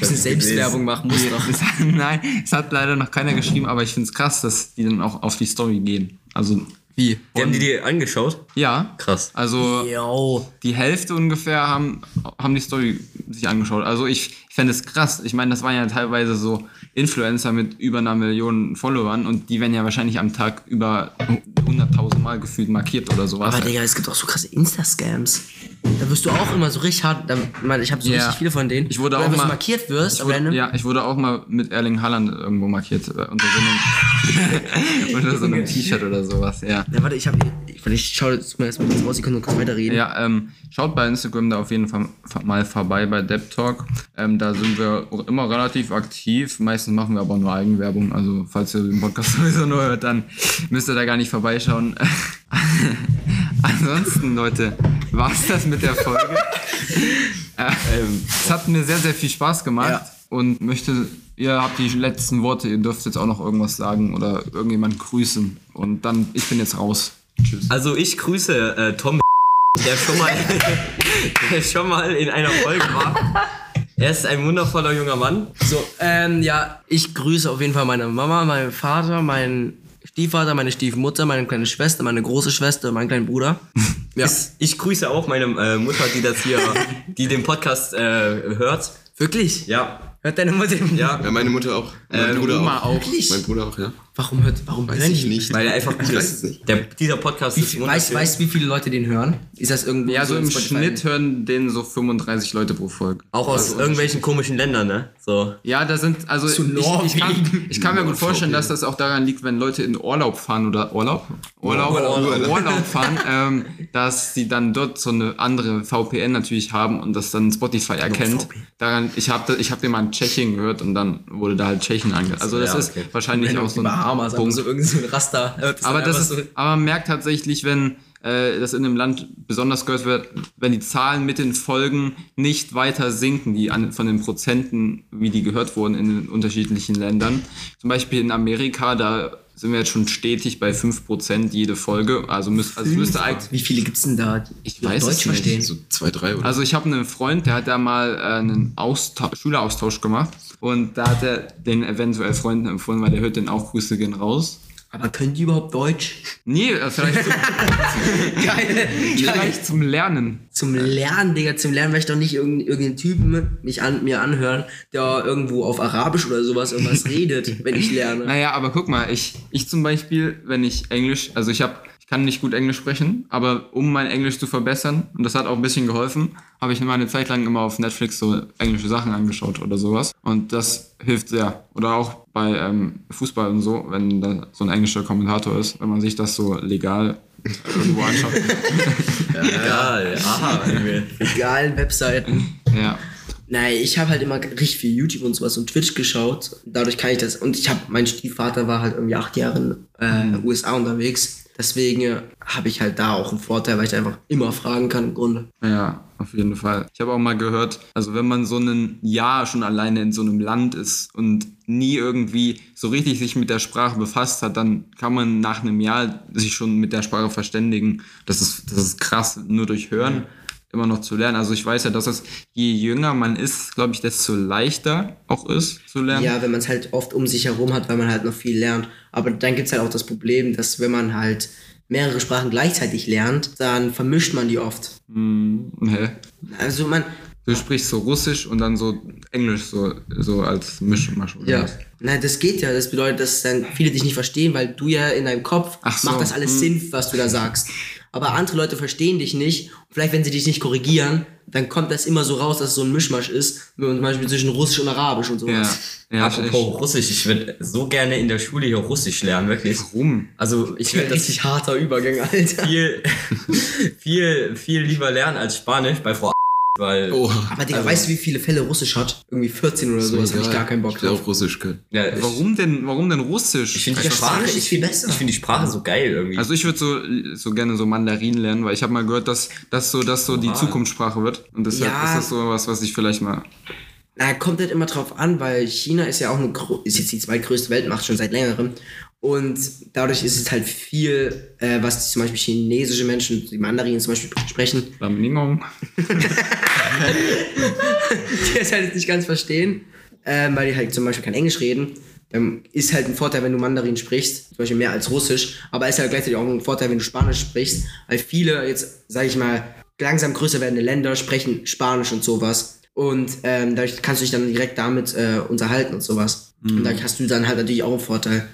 Speaker 4: Bisschen Selbstwerbung machen muss doch.
Speaker 1: Es, nein, es hat leider noch keiner geschrieben, aber ich finde es krass, dass die dann auch auf die Story gehen. Also,
Speaker 5: Wie?
Speaker 2: Die haben die dir angeschaut?
Speaker 1: ja.
Speaker 2: Krass.
Speaker 1: Also,
Speaker 4: Yo.
Speaker 1: die Hälfte ungefähr haben, haben die Story sich angeschaut. Also ich, ich fände es krass. Ich meine, das waren ja teilweise so Influencer mit über einer Million Followern und die werden ja wahrscheinlich am Tag über 100.000 Mal gefühlt markiert oder sowas.
Speaker 4: Aber Digga, es gibt auch so krasse Insta-Scams. Da wirst du auch immer so richtig hart. Da, man, ich habe so
Speaker 1: Ja.
Speaker 4: richtig viele von denen.
Speaker 1: Ich wurde
Speaker 4: wo
Speaker 1: auch
Speaker 4: du einfach so
Speaker 1: mal-
Speaker 4: markiert wirst,
Speaker 1: Ich
Speaker 4: aber
Speaker 1: wurde,
Speaker 4: dann
Speaker 1: ja, ich wurde auch mal mit Erling Haaland irgendwo markiert, äh, unter so einem, unter so einem T-Shirt oder sowas, ja.
Speaker 4: Ja, warte, ich hab. Ich, warte, ich schau jetzt mal erstmal kurz raus, ich kann nur kurz weiterreden.
Speaker 1: Ja, ähm, schaut bei Instagram da auf jeden Fall mal vorbei bei Depp Talk. Ähm, da sind wir auch immer relativ aktiv. Meistens machen wir aber nur Eigenwerbung. Also, falls ihr den Podcast sowieso nur hört, dann müsst ihr da gar nicht vorbeischauen. Ansonsten, Leute, war's das mit der Folge. Äh,
Speaker 2: Ähm,
Speaker 1: Es hat mir sehr, sehr viel Spaß gemacht
Speaker 4: Ja.
Speaker 1: und möchte, ihr habt die letzten Worte, ihr dürft jetzt auch noch irgendwas sagen oder irgendjemand grüßen. Und dann, ich bin jetzt raus. Tschüss.
Speaker 2: also ich grüße äh, Tom, der schon mal, der schon mal in einer Folge war. Er ist ein wundervoller junger Mann.
Speaker 4: So,
Speaker 5: Ähm, ja, ich grüße auf jeden Fall meine Mama, meinen Vater, meinen Stiefvater, meine Stiefmutter, meine kleine Schwester, meine große Schwester und meinen kleinen Bruder. Ja.
Speaker 2: Ich grüße auch meine äh, Mutter, die das hier, die den Podcast äh, hört.
Speaker 5: Wirklich?
Speaker 2: Ja,
Speaker 5: Hört deine Mutter den
Speaker 2: ja.
Speaker 3: Ja, meine Mutter auch. Mein Bruder
Speaker 1: Äh, Oma
Speaker 3: auch.
Speaker 5: Wirklich?
Speaker 3: Mein Bruder auch, ja.
Speaker 5: Warum hört, warum hören die?
Speaker 3: nicht.
Speaker 2: Weil er einfach gut
Speaker 3: Ich weiß es
Speaker 2: ist.
Speaker 3: nicht.
Speaker 2: Der, dieser Podcast ist
Speaker 4: weißt du,
Speaker 2: wunderschön.
Speaker 4: weißt, du, wie viele Leute den hören? Ist das irgendwie.
Speaker 1: Ja, so
Speaker 4: in
Speaker 1: Also im
Speaker 4: Spotify?
Speaker 1: Schnitt hören den so 35 Leute pro Folge.
Speaker 2: Auch aus irgendwelchen komischen Ländern, ne? So.
Speaker 1: Ja, da sind, also ich, ich
Speaker 4: Norwegen.
Speaker 1: kann, ich kann mir gut vorstellen, dass das auch daran liegt, wenn Leute in Urlaub fahren oder Urlaub? Urlaub, Urlaub, Urlaub. fahren, ähm, dass sie dann dort so eine andere VPN natürlich haben und das dann Spotify erkennt. Daran, ich habe ich hab den mal in Tschechien gehört und dann wurde da halt Tschechien angehört. Also das
Speaker 2: Ja,
Speaker 1: ist
Speaker 2: okay.
Speaker 1: wahrscheinlich auch so ein
Speaker 4: Bahamas, aber
Speaker 1: Punkt.
Speaker 4: so irgendwie so ein Raster. äh, hört
Speaker 1: Aber,
Speaker 4: dann
Speaker 1: das
Speaker 4: halt einfach
Speaker 1: ist, aber man merkt tatsächlich, wenn äh, das in einem Land besonders gehört wird, wenn die Zahlen mit den Folgen nicht weiter sinken, die an, von den Prozenten, wie die gehört wurden in den unterschiedlichen Ländern. Zum Beispiel in Amerika, da sind wir jetzt schon stetig bei 5% jede Folge. Also, müsst, also es müsste eigentlich.
Speaker 4: Wie viele gibt's denn da?
Speaker 1: Ich weiß
Speaker 4: Deutsch
Speaker 1: es nicht.
Speaker 4: verstehen.
Speaker 3: So zwei, drei oder
Speaker 1: Also ich habe einen Freund, der hat da mal äh, einen Austa Schüleraustausch gemacht und da hat er den eventuell Freunden empfohlen, weil der hört den auch Grüße gehen raus.
Speaker 4: Aber können die überhaupt Deutsch?
Speaker 1: Nee, äh, vielleicht zum, vielleicht zum Lernen.
Speaker 4: Zum Lernen, Digga, zum Lernen möchte ich doch nicht irgendeinen, irgendeinen Typen mich an, mir anhören, der irgendwo auf Arabisch oder sowas irgendwas redet, wenn ich lerne.
Speaker 1: Naja, aber guck mal, ich, ich zum Beispiel, wenn ich Englisch, also ich habe, ich kann nicht gut Englisch sprechen, aber um mein Englisch zu verbessern, und das hat auch ein bisschen geholfen, habe ich mir eine Zeit lang immer auf Netflix so englische Sachen angeschaut oder sowas. Und das hilft sehr. Oder auch bei ähm, Fußball und so, wenn da so ein englischer Kommentator ist, wenn man sich das so legal irgendwo anschaut.
Speaker 2: Egal. Aha, Emil.
Speaker 4: Legalen Webseiten.
Speaker 1: ja.
Speaker 4: Nein, ich habe halt immer richtig viel YouTube und sowas und Twitch geschaut. Dadurch kann ich das. Und ich habe, mein Stiefvater war halt irgendwie acht Jahre in äh,
Speaker 1: Mhm.
Speaker 4: USA unterwegs. Deswegen äh, habe ich halt da auch einen Vorteil, weil ich da einfach immer fragen kann im Grunde.
Speaker 1: Ja, auf jeden Fall. Ich habe auch mal gehört, also wenn man so ein Jahr schon alleine in so einem Land ist und nie irgendwie so richtig sich mit der Sprache befasst hat, dann kann man nach einem Jahr sich schon mit der Sprache verständigen. Das ist, das ist krass, nur durch Hören immer noch zu lernen. Also ich weiß ja, dass es, je jünger man ist, glaube ich, desto leichter auch ist zu lernen.
Speaker 4: Ja, wenn man es halt oft um sich herum hat, weil man halt noch viel lernt. Aber dann gibt es halt auch das Problem, dass wenn man halt mehrere Sprachen gleichzeitig lernt, dann vermischt man die oft.
Speaker 1: Hä?
Speaker 4: Also man.
Speaker 1: Du sprichst so Russisch und dann so Englisch, so, so als Mischmasch. oder
Speaker 4: Ja.
Speaker 1: was?
Speaker 4: Nein, das geht ja. Das bedeutet, dass dann viele dich nicht verstehen, weil du ja in deinem Kopf
Speaker 1: Ach so,
Speaker 4: macht das alles
Speaker 1: hm.
Speaker 4: Sinn, was du da sagst. Aber andere Leute verstehen dich nicht. Und vielleicht, wenn sie dich nicht korrigieren, dann kommt das immer so raus, dass es so ein Mischmasch ist. Nur Zum Beispiel zwischen Russisch und Arabisch und
Speaker 1: Ja,
Speaker 4: sowas.
Speaker 1: ja ich,
Speaker 2: Apropos Russisch, ich würde so gerne in der Schule hier Russisch lernen, wirklich.
Speaker 1: warum?
Speaker 2: Also ich würde das
Speaker 4: Richtig harter Übergang, Alter.
Speaker 2: viel, viel, viel lieber lernen als Spanisch bei Frau weil
Speaker 1: Also,
Speaker 3: Oh,
Speaker 4: Aber Digga, weißt du, wie viele Fälle Russisch hat? Irgendwie 14 oder sowas, hab ich gar keinen Bock
Speaker 3: Ich will
Speaker 4: drauf.
Speaker 3: auf Russisch können.
Speaker 2: ja, ich,
Speaker 1: Warum denn, warum denn Russisch?
Speaker 2: ich finde die
Speaker 4: Ja,
Speaker 2: Sprache
Speaker 4: Spanisch ist viel besser.
Speaker 2: Ich finde die Sprache so geil irgendwie.
Speaker 1: Also ich würde so, so gerne so Mandarin lernen, weil ich habe mal gehört, dass das so, dass so die Zukunftssprache wird. Und deshalb
Speaker 4: Ja.
Speaker 1: ist das so was, was ich vielleicht mal.
Speaker 4: Na, kommt halt immer drauf an, weil China ist ja auch eine, gro- ist jetzt die zweitgrößte Weltmacht schon seit längerem. Und dadurch ist es halt viel, äh, was zum Beispiel chinesische Menschen, die Mandarinen zum Beispiel sprechen,
Speaker 1: Lamningong.
Speaker 4: die das halt nicht ganz verstehen, ähm, weil die halt zum Beispiel kein Englisch reden. Dann ist halt ein Vorteil, wenn du Mandarin sprichst, zum Beispiel mehr als Russisch, aber ist halt gleichzeitig auch ein Vorteil, wenn du Spanisch sprichst, weil viele jetzt, sage ich mal, langsam größer werdende Länder sprechen Spanisch und sowas. Und ähm, dadurch kannst du dich dann direkt damit äh, unterhalten und sowas. Und dadurch hast du dann halt natürlich auch einen Vorteil.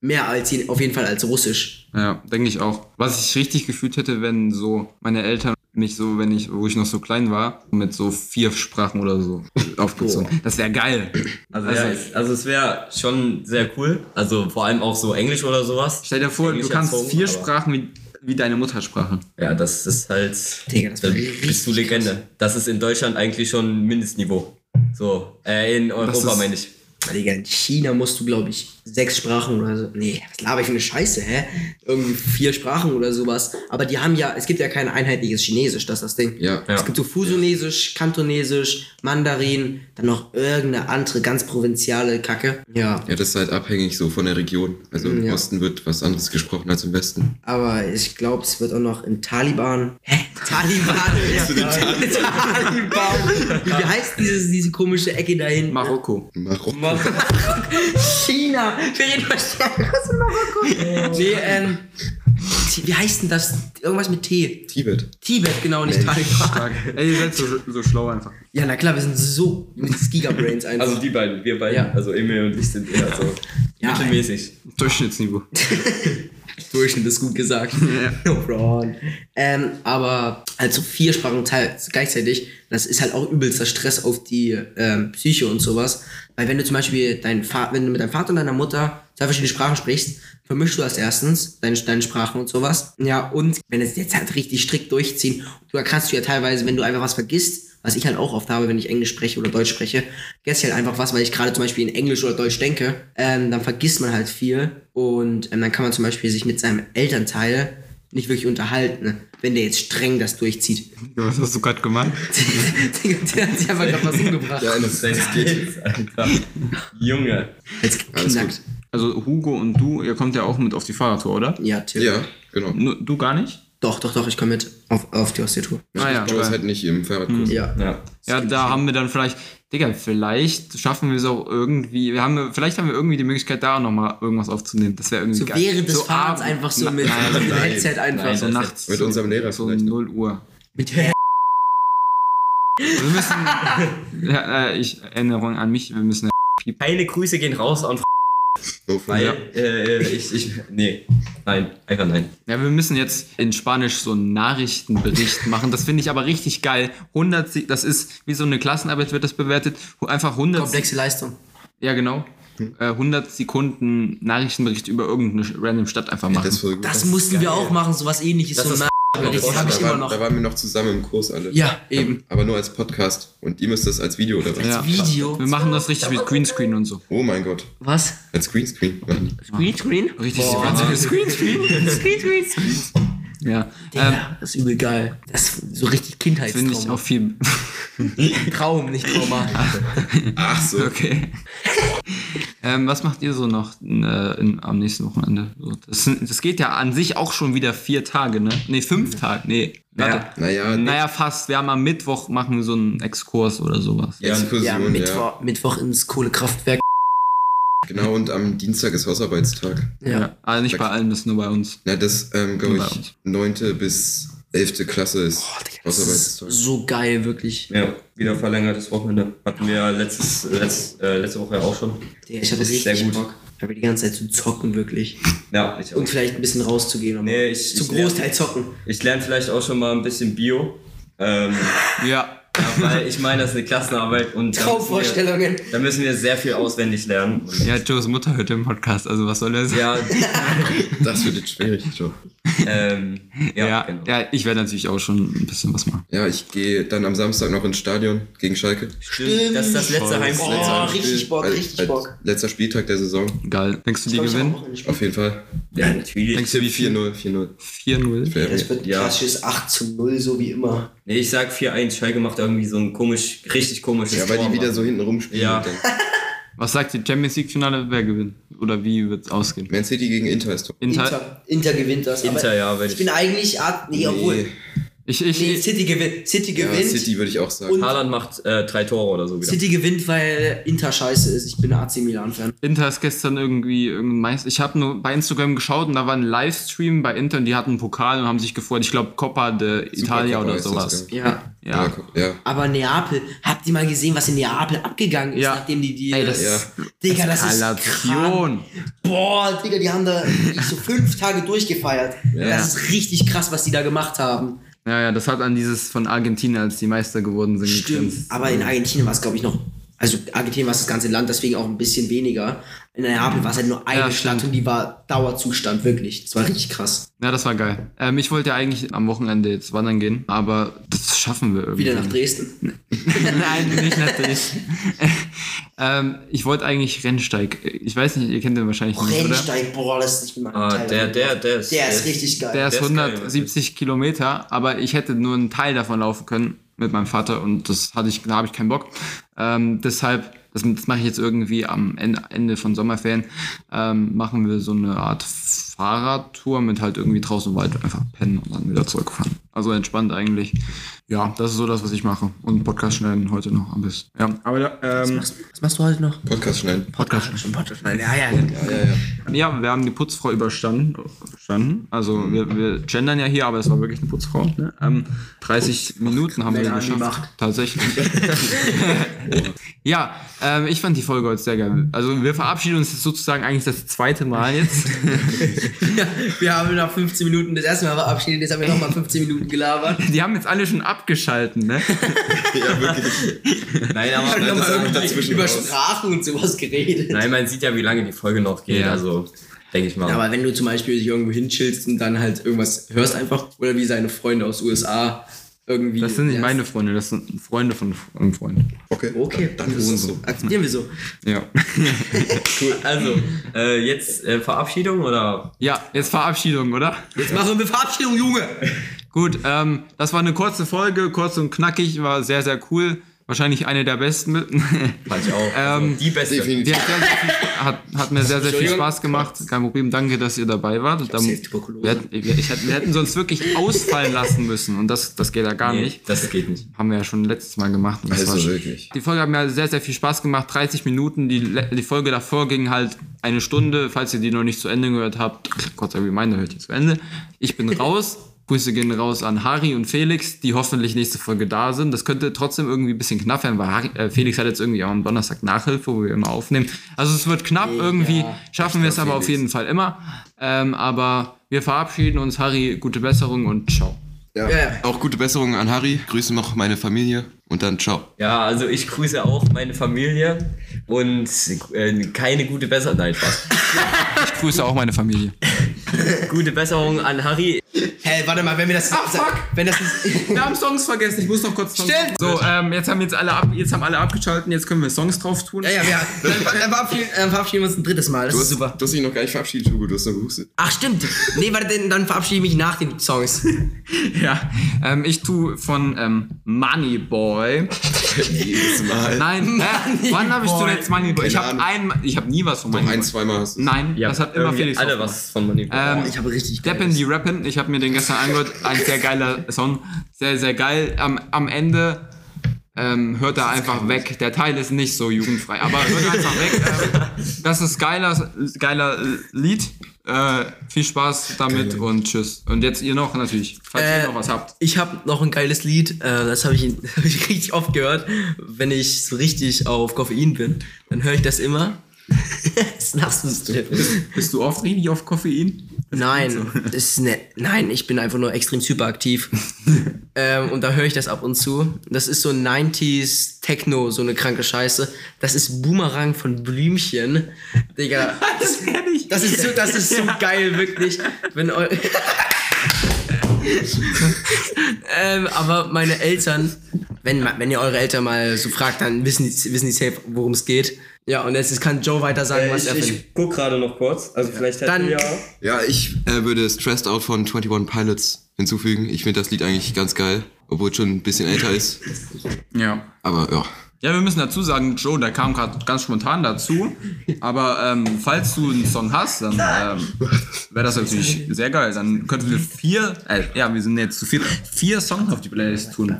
Speaker 4: Mehr als je- auf jeden Fall als Russisch.
Speaker 1: Ja, denke ich auch. Was ich richtig gefühlt hätte, wenn so meine Eltern mich so, wenn ich, wo ich noch so klein war, mit so vier Sprachen oder so aufgezogen. Das wäre geil.
Speaker 2: Also, ja, es- also es wäre schon sehr cool. Also vor allem auch so Englisch oder sowas.
Speaker 1: Stell dir vor,
Speaker 2: Englisch
Speaker 1: du kannst
Speaker 2: erzogen,
Speaker 1: vier
Speaker 2: aber-
Speaker 1: Sprachen wie, wie deine Muttersprache.
Speaker 2: Ja, das ist halt.
Speaker 4: Digga, das
Speaker 2: da
Speaker 4: war richtig
Speaker 2: bist du Legende. Das ist in Deutschland eigentlich schon Mindestniveau. So, äh, in Europa
Speaker 1: ist-
Speaker 2: meine ich.
Speaker 4: Digga, in China musst du, glaube ich, sechs Sprachen oder so. Nee, was laber ich für eine Scheiße, hä? Irgendwie vier Sprachen oder sowas. Aber die haben ja, es gibt ja kein einheitliches Chinesisch, das ist das Ding.
Speaker 1: Ja.
Speaker 4: Es gibt so Fusunesisch, Kantonesisch, Mandarin, dann noch irgendeine andere ganz provinziale Kacke. Ja,
Speaker 3: Ja, das ist halt abhängig so von der Region. Also im
Speaker 4: Ja.
Speaker 3: Osten wird was anderes gesprochen als im Westen.
Speaker 4: aber ich glaube, es wird auch noch in Taliban. Hä? Taliban? Taliban. Wie, wie heißt dieses, diese komische Ecke da hinten?
Speaker 1: Marokko.
Speaker 3: Marokko.
Speaker 4: China. Wir reden über China aus Marokko. Nee, ähm. T- Wie heißt denn das? Irgendwas mit T.
Speaker 3: Tibet.
Speaker 4: Tibet, genau, nicht Taliban.
Speaker 1: Ey, ihr seid so, so schlau einfach.
Speaker 4: Ja, na klar, wir sind so mit Gigabrains einfach.
Speaker 2: Also die beiden, wir beiden.
Speaker 4: Ja.
Speaker 2: Also Emil und ich sind eher so
Speaker 4: Ja.
Speaker 2: mittelmäßig.
Speaker 1: Durchschnittsniveau.
Speaker 4: Durchschnitt ist gut gesagt. No Braun. Ähm, aber also vier Sprachen teil- gleichzeitig, das ist halt auch übelster Stress auf die ähm, Psyche und sowas. Weil wenn du zum Beispiel deinen Fa wenn du mit deinem Vater und deiner Mutter zwei verschiedene Sprachen sprichst, vermischst du das erstens, deine, deine Sprachen und sowas. Ja, und wenn es jetzt halt richtig strikt durchziehen, du kannst du ja teilweise, wenn du einfach was vergisst, was ich halt auch oft habe, wenn ich Englisch spreche oder Deutsch spreche, vergesse ich halt einfach was, weil ich gerade zum Beispiel in Englisch oder Deutsch denke, ähm, dann vergisst man halt viel und ähm, dann kann man zum Beispiel sich mit seinem Elternteil nicht wirklich unterhalten, ne? wenn der jetzt streng das durchzieht.
Speaker 1: Was hast du gerade gemacht?
Speaker 4: Digga, der hat sich einfach gerade was umgebracht.
Speaker 3: Ja, das, das geht.
Speaker 2: Alter. Junge.
Speaker 4: Als
Speaker 3: Alles
Speaker 4: geknackt.
Speaker 1: Also Hugo und du, ihr kommt ja auch mit auf die Fahrradtour, oder?
Speaker 4: Ja, Tim.
Speaker 3: Ja, genau.
Speaker 1: Nur- Du gar nicht?
Speaker 4: Doch, doch, doch, ich komme mit auf, auf die Ostseetour.
Speaker 1: Ah ja,
Speaker 3: ich glaube, es
Speaker 1: geil.
Speaker 3: halt nicht im Fahrradkurs.
Speaker 4: Ja.
Speaker 2: Ja.
Speaker 1: Ja, da haben wir dann vielleicht, Digga, vielleicht schaffen wir es auch irgendwie, wir haben, ja- vielleicht haben wir irgendwie die Möglichkeit, da nochmal irgendwas aufzunehmen. Das wäre irgendwie
Speaker 4: So
Speaker 1: geil.
Speaker 4: während des Fahrens
Speaker 1: abends-
Speaker 4: einfach so
Speaker 1: Na-
Speaker 4: mit,
Speaker 1: Nein,
Speaker 4: mit dem
Speaker 3: nein,
Speaker 4: Headset einfach
Speaker 2: nein,
Speaker 4: so.
Speaker 1: so
Speaker 2: das-
Speaker 1: nachts.
Speaker 3: Mit unserem Lehrer
Speaker 1: so
Speaker 3: vielleicht. ne?
Speaker 1: 0 Uhr.
Speaker 4: Mit der
Speaker 1: Wir müssen, ja, äh, ich, Erinnerung an mich, wir müssen,
Speaker 2: Keine Grüße gehen raus an
Speaker 3: So von
Speaker 4: Ah,
Speaker 2: weil
Speaker 3: ja.
Speaker 2: äh, ich, ich. Nee. Nein, einfach nein.
Speaker 1: ja, wir müssen jetzt in Spanisch so einen Nachrichtenbericht machen. Das finde ich aber richtig geil. 100, Sie- das ist wie so eine Klassenarbeit wird das bewertet. Hu- Einfach 100, Sie-
Speaker 4: komplexe Leistung.
Speaker 1: ja genau, äh, 100 Sekunden Nachrichtenbericht über irgendeine random Stadt einfach machen.
Speaker 3: Das, war gut.
Speaker 4: Das, mussten wir auch machen, sowas ähnliches.
Speaker 2: Das
Speaker 4: so
Speaker 2: ist
Speaker 4: ein
Speaker 2: aber
Speaker 4: das
Speaker 2: das
Speaker 4: hab
Speaker 3: da,
Speaker 4: ich
Speaker 3: waren-
Speaker 4: immer noch.
Speaker 3: da waren wir noch zusammen im Kurs alle. Ähm,
Speaker 4: Ja,
Speaker 1: Ähm,
Speaker 4: eben.
Speaker 3: Aber nur als Podcast. Und ihr müsst das als Video oder was?
Speaker 1: Ja.
Speaker 4: Video.
Speaker 1: Wir machen das richtig mit Greenscreen und so.
Speaker 3: Oh mein Gott.
Speaker 4: Was?
Speaker 3: Als Greenscreen. machen.
Speaker 4: Green Screen?
Speaker 1: Richtig, die ganze Screen, Screen,
Speaker 4: Green Screen?
Speaker 1: Ja, ähm,
Speaker 4: Digga, das ist übel geil. Das ist so richtig
Speaker 1: finde ich
Speaker 4: Kindheitstrauma.
Speaker 1: auch viel.
Speaker 4: Traum, nicht Trauma.
Speaker 3: Ach so.
Speaker 1: Okay. ähm, was macht ihr so noch in, äh, in, am nächsten Wochenende? So, das, sind, das geht ja an sich auch schon wieder vier Tage, ne? Ne, fünf Tage. Nee, warte.
Speaker 3: Naja,
Speaker 1: Naja, fast. Wir haben am Mittwoch machen wir so einen Exkurs oder sowas.
Speaker 3: Exkursion,
Speaker 4: ja,
Speaker 3: ja,
Speaker 4: Mittwoch, Mittwoch ins Kohlekraftwerk.
Speaker 3: Genau, und am Dienstag ist Hausarbeitstag.
Speaker 4: Ja. Genau.
Speaker 1: Also nicht bei allen, das ist nur bei uns.
Speaker 3: Na, das, ähm, glaube
Speaker 1: Bei
Speaker 3: ich,
Speaker 1: uns.
Speaker 3: 9. bis 11. Klasse ist
Speaker 4: Das ist
Speaker 3: Hausarbeitstag.
Speaker 4: so geil, wirklich.
Speaker 2: Ja, wieder verlängertes Wochenende. Hatten wir ja letztes, letzt, äh, letzte Woche ja auch schon.
Speaker 4: Digga, ich hatte
Speaker 2: Ist
Speaker 4: richtig
Speaker 2: sehr gut.
Speaker 4: Bock. Aber die ganze Zeit zu zocken, wirklich.
Speaker 2: Ja, ich auch.
Speaker 4: Und vielleicht ein bisschen rauszugehen. Aber
Speaker 2: Nee, ich-
Speaker 4: Zum
Speaker 2: ich lerne-
Speaker 4: Großteil zocken.
Speaker 2: Ich lerne vielleicht auch schon mal ein bisschen Bio. Ähm,
Speaker 1: Ja.
Speaker 2: ja, weil ich meine, das ist eine Klassenarbeit und da müssen, wir,
Speaker 4: Traumvorstellungen.
Speaker 2: da müssen wir sehr viel auswendig lernen. Und
Speaker 1: Ja, Joes Mutter hört den Podcast, also was soll er sagen?
Speaker 2: ja,
Speaker 3: Das wird jetzt schwierig, Joe.
Speaker 2: ähm, ja,
Speaker 1: Ja,
Speaker 2: genau.
Speaker 1: ja, ich werde natürlich auch schon ein bisschen was machen.
Speaker 3: Ja, ich gehe dann am Samstag noch ins Stadion gegen Schalke.
Speaker 2: Stimmt, das ist das letzte Heimspiel.
Speaker 4: Oh, richtig Bock,
Speaker 3: Als-
Speaker 4: richtig
Speaker 3: als
Speaker 4: Bock.
Speaker 3: Letzter Spieltag der Saison.
Speaker 1: Geil. Denkst du, die gewinnen?
Speaker 3: Auf jeden Fall.
Speaker 2: Ja, natürlich.
Speaker 1: Denkst du, wie viel?
Speaker 3: 4-0, 4-0.
Speaker 1: 4-0.
Speaker 4: Das wird ein
Speaker 2: Ja.
Speaker 4: klassisches 8 zu 0, so wie immer.
Speaker 2: Nee, ich sag 4-1. Schalke macht irgendwie so ein komisch, richtig komisches
Speaker 3: Ja, weil
Speaker 2: Tor,
Speaker 3: die wieder
Speaker 2: Mann.
Speaker 3: so hinten rumspielen.
Speaker 2: Ja.
Speaker 3: und dann-
Speaker 1: Was sagt die Champions League-Finale? Wer gewinnt? Oder wie wird es ausgehen?
Speaker 3: Man City gegen Inter ist doch.
Speaker 1: Inter.
Speaker 4: Inter, Inter gewinnt das. aber
Speaker 2: Inter, ja, weil
Speaker 4: Ich
Speaker 2: ich-
Speaker 4: bin eigentlich. Art, nee, obwohl.
Speaker 1: Ich, ich,
Speaker 4: Nee,
Speaker 1: ich,
Speaker 4: City gewinnt. City
Speaker 3: Ja,
Speaker 4: gewinnt.
Speaker 3: City würde ich auch sagen.
Speaker 4: Und-
Speaker 2: Haaland macht äh, drei Tore oder so wieder.
Speaker 4: City gewinnt, weil Inter scheiße ist. Ich bin AC Milan-Fan.
Speaker 1: Inter ist gestern irgendwie irgendein Meister. Ich habe nur bei Instagram geschaut und da war ein Livestream bei Inter und die hatten einen Pokal und haben sich gefreut. Ich glaube Coppa de Italia
Speaker 3: Supercup
Speaker 1: oder
Speaker 3: heißt das,
Speaker 1: sowas.
Speaker 3: ja.
Speaker 4: Ja.
Speaker 3: Ja,
Speaker 1: Ja.
Speaker 3: guck- ja.
Speaker 4: Aber Neapel, habt ihr mal gesehen, was in Neapel abgegangen ist,
Speaker 1: Ja.
Speaker 4: nachdem die die.
Speaker 1: Ey, das
Speaker 3: Ja.
Speaker 1: ist
Speaker 4: Digga, das ist krank.
Speaker 1: Eskalation.
Speaker 4: Boah, Digga, die haben da wirklich so fünf Tage durchgefeiert. Das ist richtig krass, was die da gemacht haben.
Speaker 1: Ja, ja, das hat an dieses von Argentinien, als die Meister geworden sind,
Speaker 4: Stimmt,
Speaker 1: gegrenzt.
Speaker 4: aber in Argentinien war es, glaube ich, noch. Also Argentinien war es das ganze Land, deswegen auch ein bisschen weniger. In Neapel war es halt nur eine
Speaker 1: Ja,
Speaker 4: Stadt
Speaker 1: stimmt.
Speaker 4: und die war Dauerzustand, wirklich. Das war richtig krass.
Speaker 1: Ja, das war geil. Ähm, ich wollte ja eigentlich am Wochenende jetzt wandern gehen, aber das schaffen wir irgendwie.
Speaker 4: Wieder nach Dresden.
Speaker 1: Nein, nicht natürlich. ähm, ich wollte eigentlich Rennsteig. Ich weiß nicht, ihr kennt den wahrscheinlich nicht, oder?
Speaker 4: Oh, Rennsteig, boah, das ist nicht mein
Speaker 2: Ah,
Speaker 4: Teil.
Speaker 2: der, der, der ist.
Speaker 4: Der ist richtig geil.
Speaker 1: Der ist also.
Speaker 2: Der ist geil,
Speaker 1: 170 Kilometer, aber ich hätte nur einen Teil davon laufen können mit meinem Vater und das hatte ich, da habe ich keinen Bock. Ähm, deshalb, das, das mache ich jetzt irgendwie am Ende, Ende von Sommerferien, ähm, machen wir so eine Art Fahrradtour mit halt irgendwie draußen im Wald einfach pennen und dann wieder zurückfahren. Also entspannt eigentlich. Ja, das ist so das, was ich mache. Und Podcast schneiden heute noch am besten. Ja, aber ähm,
Speaker 4: Was machst du heute noch?
Speaker 3: Podcast schneiden.
Speaker 1: Podcast
Speaker 4: Schon Podcast. Nein, ja, ja.
Speaker 1: Ja, wir haben die Putzfrau überstanden. überstanden. Also wir, wir gendern ja hier, aber es war wirklich eine Putzfrau. Ne? Ähm, 30 Minuten haben wir
Speaker 4: Männer
Speaker 1: geschafft.
Speaker 4: angemacht.
Speaker 1: Tatsächlich. ja, ähm, ich fand die Folge heute sehr geil. Also wir verabschieden uns jetzt sozusagen eigentlich das zweite Mal jetzt.
Speaker 4: Wir haben nach 15 Minuten das erste Mal verabschiedet, jetzt haben wir nochmal 15 Minuten gelabert.
Speaker 1: Die haben jetzt alle schon abgeschalten, ne?
Speaker 3: Ja, wirklich.
Speaker 2: Nein,
Speaker 4: Wir
Speaker 2: aber
Speaker 4: haben
Speaker 2: das kommt
Speaker 4: nochmal
Speaker 2: dazwischen
Speaker 4: über
Speaker 2: raus.
Speaker 4: Sprachen und sowas geredet.
Speaker 2: Nein, man sieht ja, wie lange die Folge noch geht.
Speaker 1: Ja.
Speaker 2: Also, denke ich mal.
Speaker 4: Ja, aber wenn du zum Beispiel dich irgendwo hinchillst und dann halt irgendwas hörst einfach, oder wie seine Freunde aus USA irgendwie.
Speaker 1: Das sind nicht
Speaker 4: Ja,
Speaker 1: meine Freunde, das sind Freunde von einem Freund.
Speaker 3: Okay.
Speaker 4: Okay,
Speaker 3: Dann ist es so.
Speaker 4: akzeptieren wir so.
Speaker 1: Ja.
Speaker 2: also, äh, jetzt äh, Verabschiedung oder?
Speaker 1: Ja, jetzt Verabschiedung, oder?
Speaker 4: Jetzt machen wir Verabschiedung, Junge!
Speaker 1: Gut, ähm, das war eine kurze Folge, kurz und knackig, war sehr, sehr cool. Wahrscheinlich eine der besten.
Speaker 2: Fand ich auch.
Speaker 1: Ähm,
Speaker 2: also, die beste.
Speaker 1: Die
Speaker 3: Definitiv.
Speaker 1: hat, sehr, sehr viel, hat, hat mir sehr, sehr viel
Speaker 4: Entschuldigung.
Speaker 1: Spaß gemacht. Kein Problem, danke, dass ihr dabei wart. Dann,
Speaker 4: safe Tuberkulose.
Speaker 1: wir, hätten, wir, ich hätte, wir hätten sonst wirklich ausfallen lassen müssen und das, das geht ja gar
Speaker 2: Nee,
Speaker 1: nicht.
Speaker 2: das geht nicht.
Speaker 1: Haben wir ja schon letztes Mal gemacht. Und das
Speaker 3: Also
Speaker 1: war schon-
Speaker 3: wirklich.
Speaker 1: Die Folge hat mir sehr, sehr viel Spaß gemacht. 30 Minuten. Die, le- die Folge davor ging halt eine Stunde. Falls ihr die noch nicht zu Ende gehört habt, kurzer Reminder, hört ihr zu Ende. Ich bin raus. Grüße gehen raus an Harry und Felix, die hoffentlich nächste Folge da sind. Das könnte trotzdem irgendwie ein bisschen knapp werden, weil Harry, äh, Felix hat jetzt irgendwie auch am Donnerstag Nachhilfe, wo wir immer aufnehmen. Also es wird knapp irgendwie. Schaffen wir es aber auf jeden Fall immer. Ähm, aber wir verabschieden uns. Harry, gute Besserung und ciao.
Speaker 3: Ja.
Speaker 4: Ja.
Speaker 3: Auch gute Besserungen an Harry. Grüße noch meine Familie und dann ciao.
Speaker 2: Ja, also ich grüße auch meine Familie und äh, keine gute Besserung. Nein, Spaß.
Speaker 1: Ich grüße auch meine Familie.
Speaker 2: gute Besserung an Harry.
Speaker 4: Hey, warte mal, wenn wir das.
Speaker 1: Ah, fuck.
Speaker 4: Wenn das ist.
Speaker 1: Wir haben Songs vergessen, ich muss noch kurz Songs
Speaker 4: Stimmt.
Speaker 1: So, ähm, jetzt haben jetzt alle ab, jetzt haben alle abgeschalten, jetzt können wir Songs drauf tun.
Speaker 4: Ja, ja, ja. Dann, dann, verabschieden, dann verabschieden wir uns ein drittes Mal. Das ist super.
Speaker 3: Du hast dich noch gar nicht verabschiedet, Hugo. Du hast noch gehustet.
Speaker 4: Ach, stimmt. Nee, warte, dann- dann verabschiede ich mich nach den Songs.
Speaker 1: Ja. Ähm, ich tue von ähm, Money Boy.
Speaker 3: Jedes Mal.
Speaker 1: Nein, hä? wann habe ich
Speaker 4: Boy.
Speaker 1: zuletzt Money Boy? Ich
Speaker 3: Keine
Speaker 1: habe
Speaker 3: Ahnung.
Speaker 1: ein, ich habe nie was von Money
Speaker 3: Ein,
Speaker 1: Boy.
Speaker 3: zweimal hast du
Speaker 1: Nein,
Speaker 2: Ja,
Speaker 1: das hat immer
Speaker 2: irgendwie
Speaker 1: Felix
Speaker 2: alle
Speaker 1: aufgemacht.
Speaker 2: was von Money.
Speaker 1: Ähm,
Speaker 4: Ich habe richtig
Speaker 1: Deppen die Rappen, ich habe mir den gestern angehört, ein sehr geiler Song, sehr, sehr geil. Am, am Ende ähm, hört er einfach weg. Der Teil ist nicht so jugendfrei, aber hört einfach weg. Ähm, das ist geiler, geiler Lied. Äh, viel Spaß damit und tschüss. Und jetzt ihr noch natürlich, falls
Speaker 4: Äh,
Speaker 1: ihr noch was habt.
Speaker 4: Ich habe noch ein geiles Lied, äh, das habe ich, das hab ich richtig oft gehört. Wenn ich so richtig auf Koffein bin, dann höre ich das immer. das lachst du denn?
Speaker 1: Bist du oft richtig auf Koffein?
Speaker 4: Nein, das ist ne, nein, ich bin einfach nur extrem hyperaktiv. ähm, und da höre ich das ab und zu. Das ist so 90s Techno, so eine kranke Scheiße. Das ist Boomerang von Blümchen. Digga,
Speaker 1: Das kenne ich.
Speaker 4: das ist so, das ist so geil, wirklich. Wenn eu ähm, aber meine Eltern, wenn, ma- wenn ihr eure Eltern mal so fragt, dann wissen die, wissen die safe, worum es geht. Ja, und jetzt kann Joe weiter sagen,
Speaker 2: Äh,
Speaker 1: Ähm,
Speaker 4: was er findet.
Speaker 2: guck gerade noch kurz. Also vielleicht hätten
Speaker 4: Dann- wir
Speaker 3: Ja, ich äh, würde Stressed Out von 21 Pilots hinzufügen. Ich finde das Lied eigentlich ganz geil, obwohl es schon ein bisschen älter ist.
Speaker 1: Ja.
Speaker 3: Aber ja.
Speaker 1: Ja, wir müssen dazu sagen, Joe, der kam gerade ganz spontan dazu. Aber ähm, falls du einen Song hast, dann ähm, wäre das natürlich sehr geil. Dann könnten wir vier, äh, ja, wir sind jetzt zu vier, vier Songs auf die Playlist tun.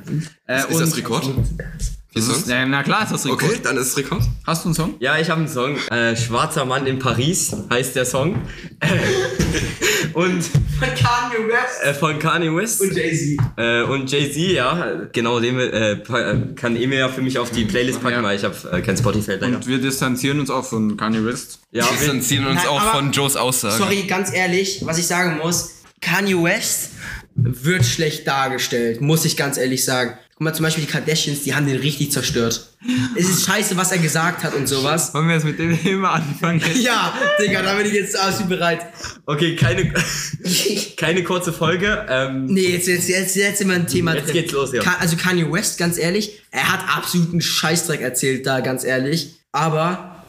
Speaker 1: Äh,
Speaker 3: Ist das Rekord? Vier
Speaker 1: Das ist,
Speaker 3: Songs?
Speaker 1: na, na klar ist das Rekord.
Speaker 3: Okay, dann ist es Rekord.
Speaker 1: Hast du einen Song?
Speaker 2: Ja, ich habe einen Song. Äh, Schwarzer Mann in Paris heißt der Song. und
Speaker 4: Von Kanye West
Speaker 2: äh, von Kanye West und,
Speaker 4: Jay-Z.
Speaker 2: äh, und Jay-Z, ja. Genau, den äh, pa- äh, kann Emil ja für mich auf die Playlist packen, weil ich habe äh, kein Spotify leider.
Speaker 1: Und wir distanzieren uns auch von Kanye West.
Speaker 2: Ja,
Speaker 3: Wir distanzieren uns
Speaker 4: Nein,
Speaker 3: auch
Speaker 4: aber-
Speaker 3: von Joes Aussagen.
Speaker 4: Sorry, ganz ehrlich, was ich sagen muss, Kanye West wird schlecht dargestellt, muss ich ganz ehrlich sagen. Guck mal, zum Beispiel die Kardashians, die haben den richtig zerstört. Es ist scheiße, was er gesagt hat und sowas.
Speaker 1: Wollen wir jetzt mit dem Thema anfangen?
Speaker 4: Ja, Digga, da bin ich jetzt absolut bereit.
Speaker 2: Okay, keine, keine kurze Folge. Ähm,
Speaker 4: Nee, jetzt, jetzt, jetzt, jetzt sind wir ein Thema
Speaker 2: Jetzt
Speaker 4: drin.
Speaker 2: geht's los, ja.
Speaker 4: Ka also Kanye West, ganz ehrlich, er hat absoluten Scheißdreck erzählt da, ganz ehrlich. Aber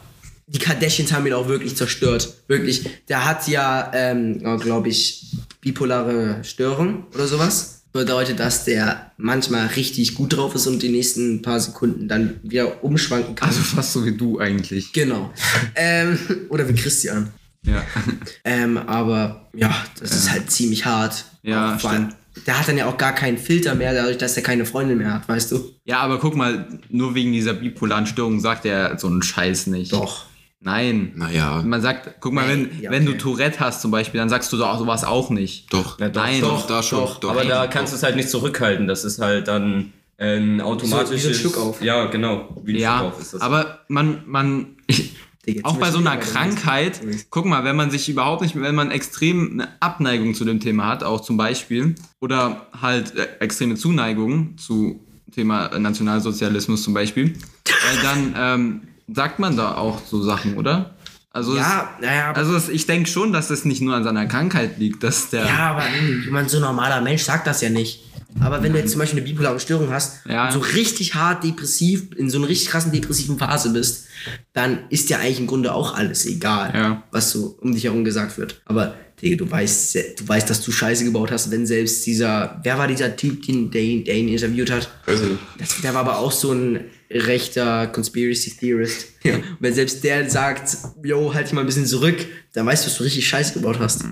Speaker 4: die Kardashians haben ihn auch wirklich zerstört. Wirklich. Der hat ja, ähm, glaube ich, bipolare Störung oder sowas. Bedeutet, dass der manchmal richtig gut drauf ist und die nächsten paar Sekunden dann wieder umschwanken kann.
Speaker 1: Also fast so wie du eigentlich.
Speaker 4: genau. ähm, oder wie Christian.
Speaker 1: Ja.
Speaker 4: Ähm, aber ja, das ist halt ziemlich hart.
Speaker 1: Ja,
Speaker 4: Auch vor allem, Der hat dann ja auch gar keinen Filter mehr, dadurch, dass er keine Freundin mehr hat, weißt du?
Speaker 1: Ja, aber guck mal, nur wegen dieser bipolaren Störung sagt er so einen Scheiß nicht.
Speaker 4: Doch.
Speaker 1: Nein.
Speaker 3: Naja.
Speaker 1: Man sagt, guck mal,
Speaker 4: Nein,
Speaker 1: wenn,
Speaker 4: ja,
Speaker 1: wenn du
Speaker 4: okay.
Speaker 1: Tourette hast zum Beispiel, dann sagst du so- sowas auch nicht.
Speaker 3: Doch.
Speaker 2: na doch,
Speaker 1: Nein.
Speaker 2: doch,
Speaker 3: doch, da schon. Doch,
Speaker 2: Aber da kannst du es halt nicht zurückhalten. Das ist halt dann ein automatisches.
Speaker 4: Schluck auf.
Speaker 2: Ja, genau. Wie ein
Speaker 1: Ja,
Speaker 2: Schluck auf ist das.
Speaker 1: aber man, man,
Speaker 4: Digga, jetzt
Speaker 1: auch bei so
Speaker 4: müssen
Speaker 1: einer
Speaker 4: wir-
Speaker 1: Krankheit, guck mal, wenn man sich überhaupt nicht, wenn man extrem eine Abneigung zu dem Thema hat, auch zum Beispiel, oder halt äh, extreme Zuneigung zu Thema Nationalsozialismus zum Beispiel, äh, dann ähm, sagt man da auch so Sachen, oder? Also es-
Speaker 4: Ja, naja,
Speaker 1: Also es- ich denke schon, dass es nicht nur an seiner Krankheit liegt, dass der.
Speaker 4: ja, aber jemand so ein normaler Mensch sagt das ja nicht. Aber wenn du jetzt zum Beispiel eine bipolare Störung hast
Speaker 1: Ja.
Speaker 4: und so richtig hart depressiv, in so einer richtig krassen depressiven Phase bist, dann ist dir eigentlich im Grunde auch alles egal,
Speaker 1: Ja.
Speaker 4: was so um dich herum gesagt wird. Aber Digga, du weißt, se- du weißt, dass du Scheiße gebaut hast, wenn selbst dieser, wer war dieser Typ, den, der, ihn- der ihn interviewt hat?
Speaker 3: Also,
Speaker 4: Das, der war aber auch so ein rechter Conspiracy Theorist. Ja. Und wenn selbst der sagt, yo, halt dich mal ein bisschen zurück, dann weißt du, dass du richtig Scheiße gebaut hast.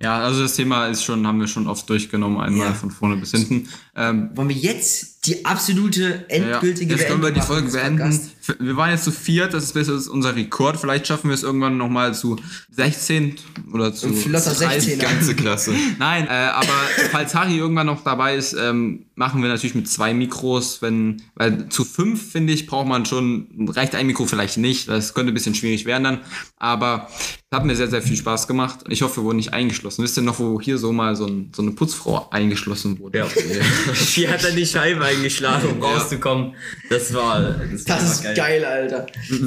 Speaker 1: Ja, also das Thema ist schon, haben wir schon oft durchgenommen, einmal
Speaker 4: Ja.
Speaker 1: von vorne bis hinten. Ähm,
Speaker 4: Wollen wir jetzt die absolute
Speaker 1: ja,
Speaker 4: endgültige
Speaker 1: jetzt können wir die
Speaker 4: machen
Speaker 1: Folge
Speaker 4: des
Speaker 1: beenden.
Speaker 4: Podcasts?
Speaker 1: F- Wir waren jetzt zu viert, das ist bis jetzt unser Rekord. Vielleicht schaffen wir es irgendwann nochmal zu 16 oder zu
Speaker 4: Ein flotter
Speaker 1: 30.
Speaker 4: 16er.
Speaker 3: ganze Klasse.
Speaker 1: Nein, äh, aber falls Harry irgendwann noch dabei ist, ähm, machen wir natürlich mit zwei Mikros, wenn, weil zu fünf, finde ich, braucht man schon, reicht ein Mikro vielleicht nicht, das könnte ein bisschen schwierig werden dann, aber es hat mir sehr, sehr viel Spaß gemacht. Ich hoffe, wir wurden nicht eingeschlossen. Wisst ihr noch, wo hier so mal so, ein, so eine Putzfrau eingeschlossen wurde?
Speaker 2: Ja. Die hat dann die Scheibe eingeschlagen, um rauszukommen. Das war. Das,
Speaker 4: Das
Speaker 2: war
Speaker 4: ist geil. Alter.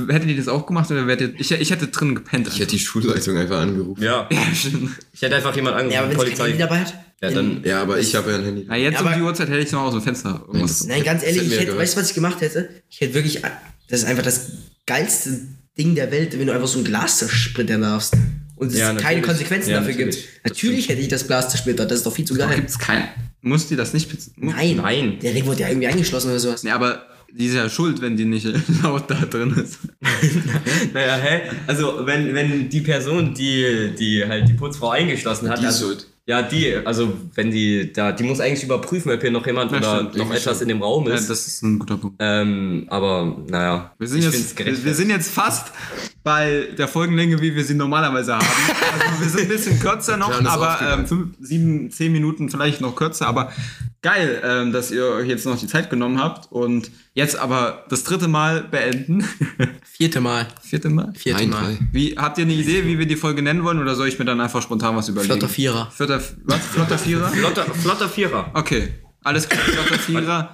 Speaker 1: Hättet ihr das auch gemacht oder wärt ihr, ich, ich hätte drin gepennt.
Speaker 3: Ich hätte die Schulleitung einfach angerufen.
Speaker 2: Ja. Ich hätte einfach jemand
Speaker 4: Ja, aber
Speaker 2: angerufen,
Speaker 4: wenn es kein
Speaker 2: Polizei.
Speaker 4: Handy dabei hat.
Speaker 2: ja, dann.
Speaker 3: Ja, aber ich habe ja ein Handy.
Speaker 1: Na, jetzt
Speaker 4: Ja,
Speaker 1: um die
Speaker 4: aber-
Speaker 1: Uhrzeit hätte ich noch aus dem Fenster irgendwas.
Speaker 4: Nein, ganz ehrlich,
Speaker 3: hätten wir
Speaker 4: ich hätte,
Speaker 3: gehört.
Speaker 4: weißt du, was ich gemacht hätte? Ich hätte wirklich, das ist einfach das geilste Ding der Welt, wenn du einfach so ein Glas zersplittern darfst. Und es
Speaker 2: Ja,
Speaker 4: keine
Speaker 2: natürlich.
Speaker 4: Konsequenzen
Speaker 2: Ja,
Speaker 4: dafür
Speaker 2: natürlich.
Speaker 4: gibt. Natürlich hätte ich das Glas zersplittert, das ist doch viel zu geil.
Speaker 1: Gibt's kein, muss die das nicht bez-
Speaker 4: Nein.
Speaker 2: Nein.
Speaker 4: Der Ring wurde ja irgendwie eingeschlossen oder sowas.
Speaker 1: Nee, aber die ist ja schuld, wenn die nicht laut da drin ist.
Speaker 2: Naja, hä? Also, wenn, wenn die Person, die, die halt die Putzfrau eingeschlossen hat.
Speaker 3: Die ist
Speaker 2: also,
Speaker 3: schuld.
Speaker 2: Ja, die. Also, wenn die da. Die muss eigentlich überprüfen, ob hier noch jemand
Speaker 1: Ja,
Speaker 2: oder
Speaker 1: stimmt,
Speaker 2: noch
Speaker 1: irgendwie
Speaker 2: etwas
Speaker 1: schon.
Speaker 2: in dem Raum
Speaker 1: Ja,
Speaker 2: ist.
Speaker 1: das ist ein guter Punkt.
Speaker 2: ähm, aber, naja.
Speaker 1: Wir sind,
Speaker 2: ich
Speaker 1: jetzt,
Speaker 2: find's
Speaker 1: wir,
Speaker 2: gerecht.
Speaker 1: wir sind jetzt fast bei der Folgenlänge, wie wir sie normalerweise haben. Also wir sind ein bisschen kürzer noch,
Speaker 3: Plan ist
Speaker 1: aber
Speaker 3: aufgegangen.
Speaker 1: ähm, fünf, sieben, zehn Minuten vielleicht noch kürzer. Aber geil, ähm, dass ihr euch jetzt noch die Zeit genommen habt und jetzt aber das dritte Mal beenden.
Speaker 5: Vierte Mal.
Speaker 1: Vierte Mal?
Speaker 5: Vierte
Speaker 3: Nein,
Speaker 5: Mal.
Speaker 3: drei.
Speaker 1: Wie, habt ihr eine Idee, wie wir die Folge nennen wollen oder soll ich mir dann einfach spontan was überlegen?
Speaker 5: Flotter Vierer.
Speaker 1: Vierter, was? Flotter Vierer?
Speaker 2: Flotter, flotter Vierer.
Speaker 1: Okay, alles klar. Flotter Vierer,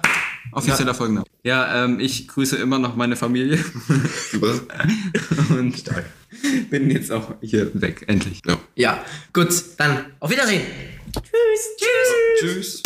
Speaker 1: offizieller Folgenname. Ja, ähm, ich grüße immer noch meine Familie.
Speaker 3: Super.
Speaker 1: Und bin jetzt auch hier weg, endlich.
Speaker 3: Ja.
Speaker 4: Ja, gut, dann auf Wiedersehen.
Speaker 1: Tschüss.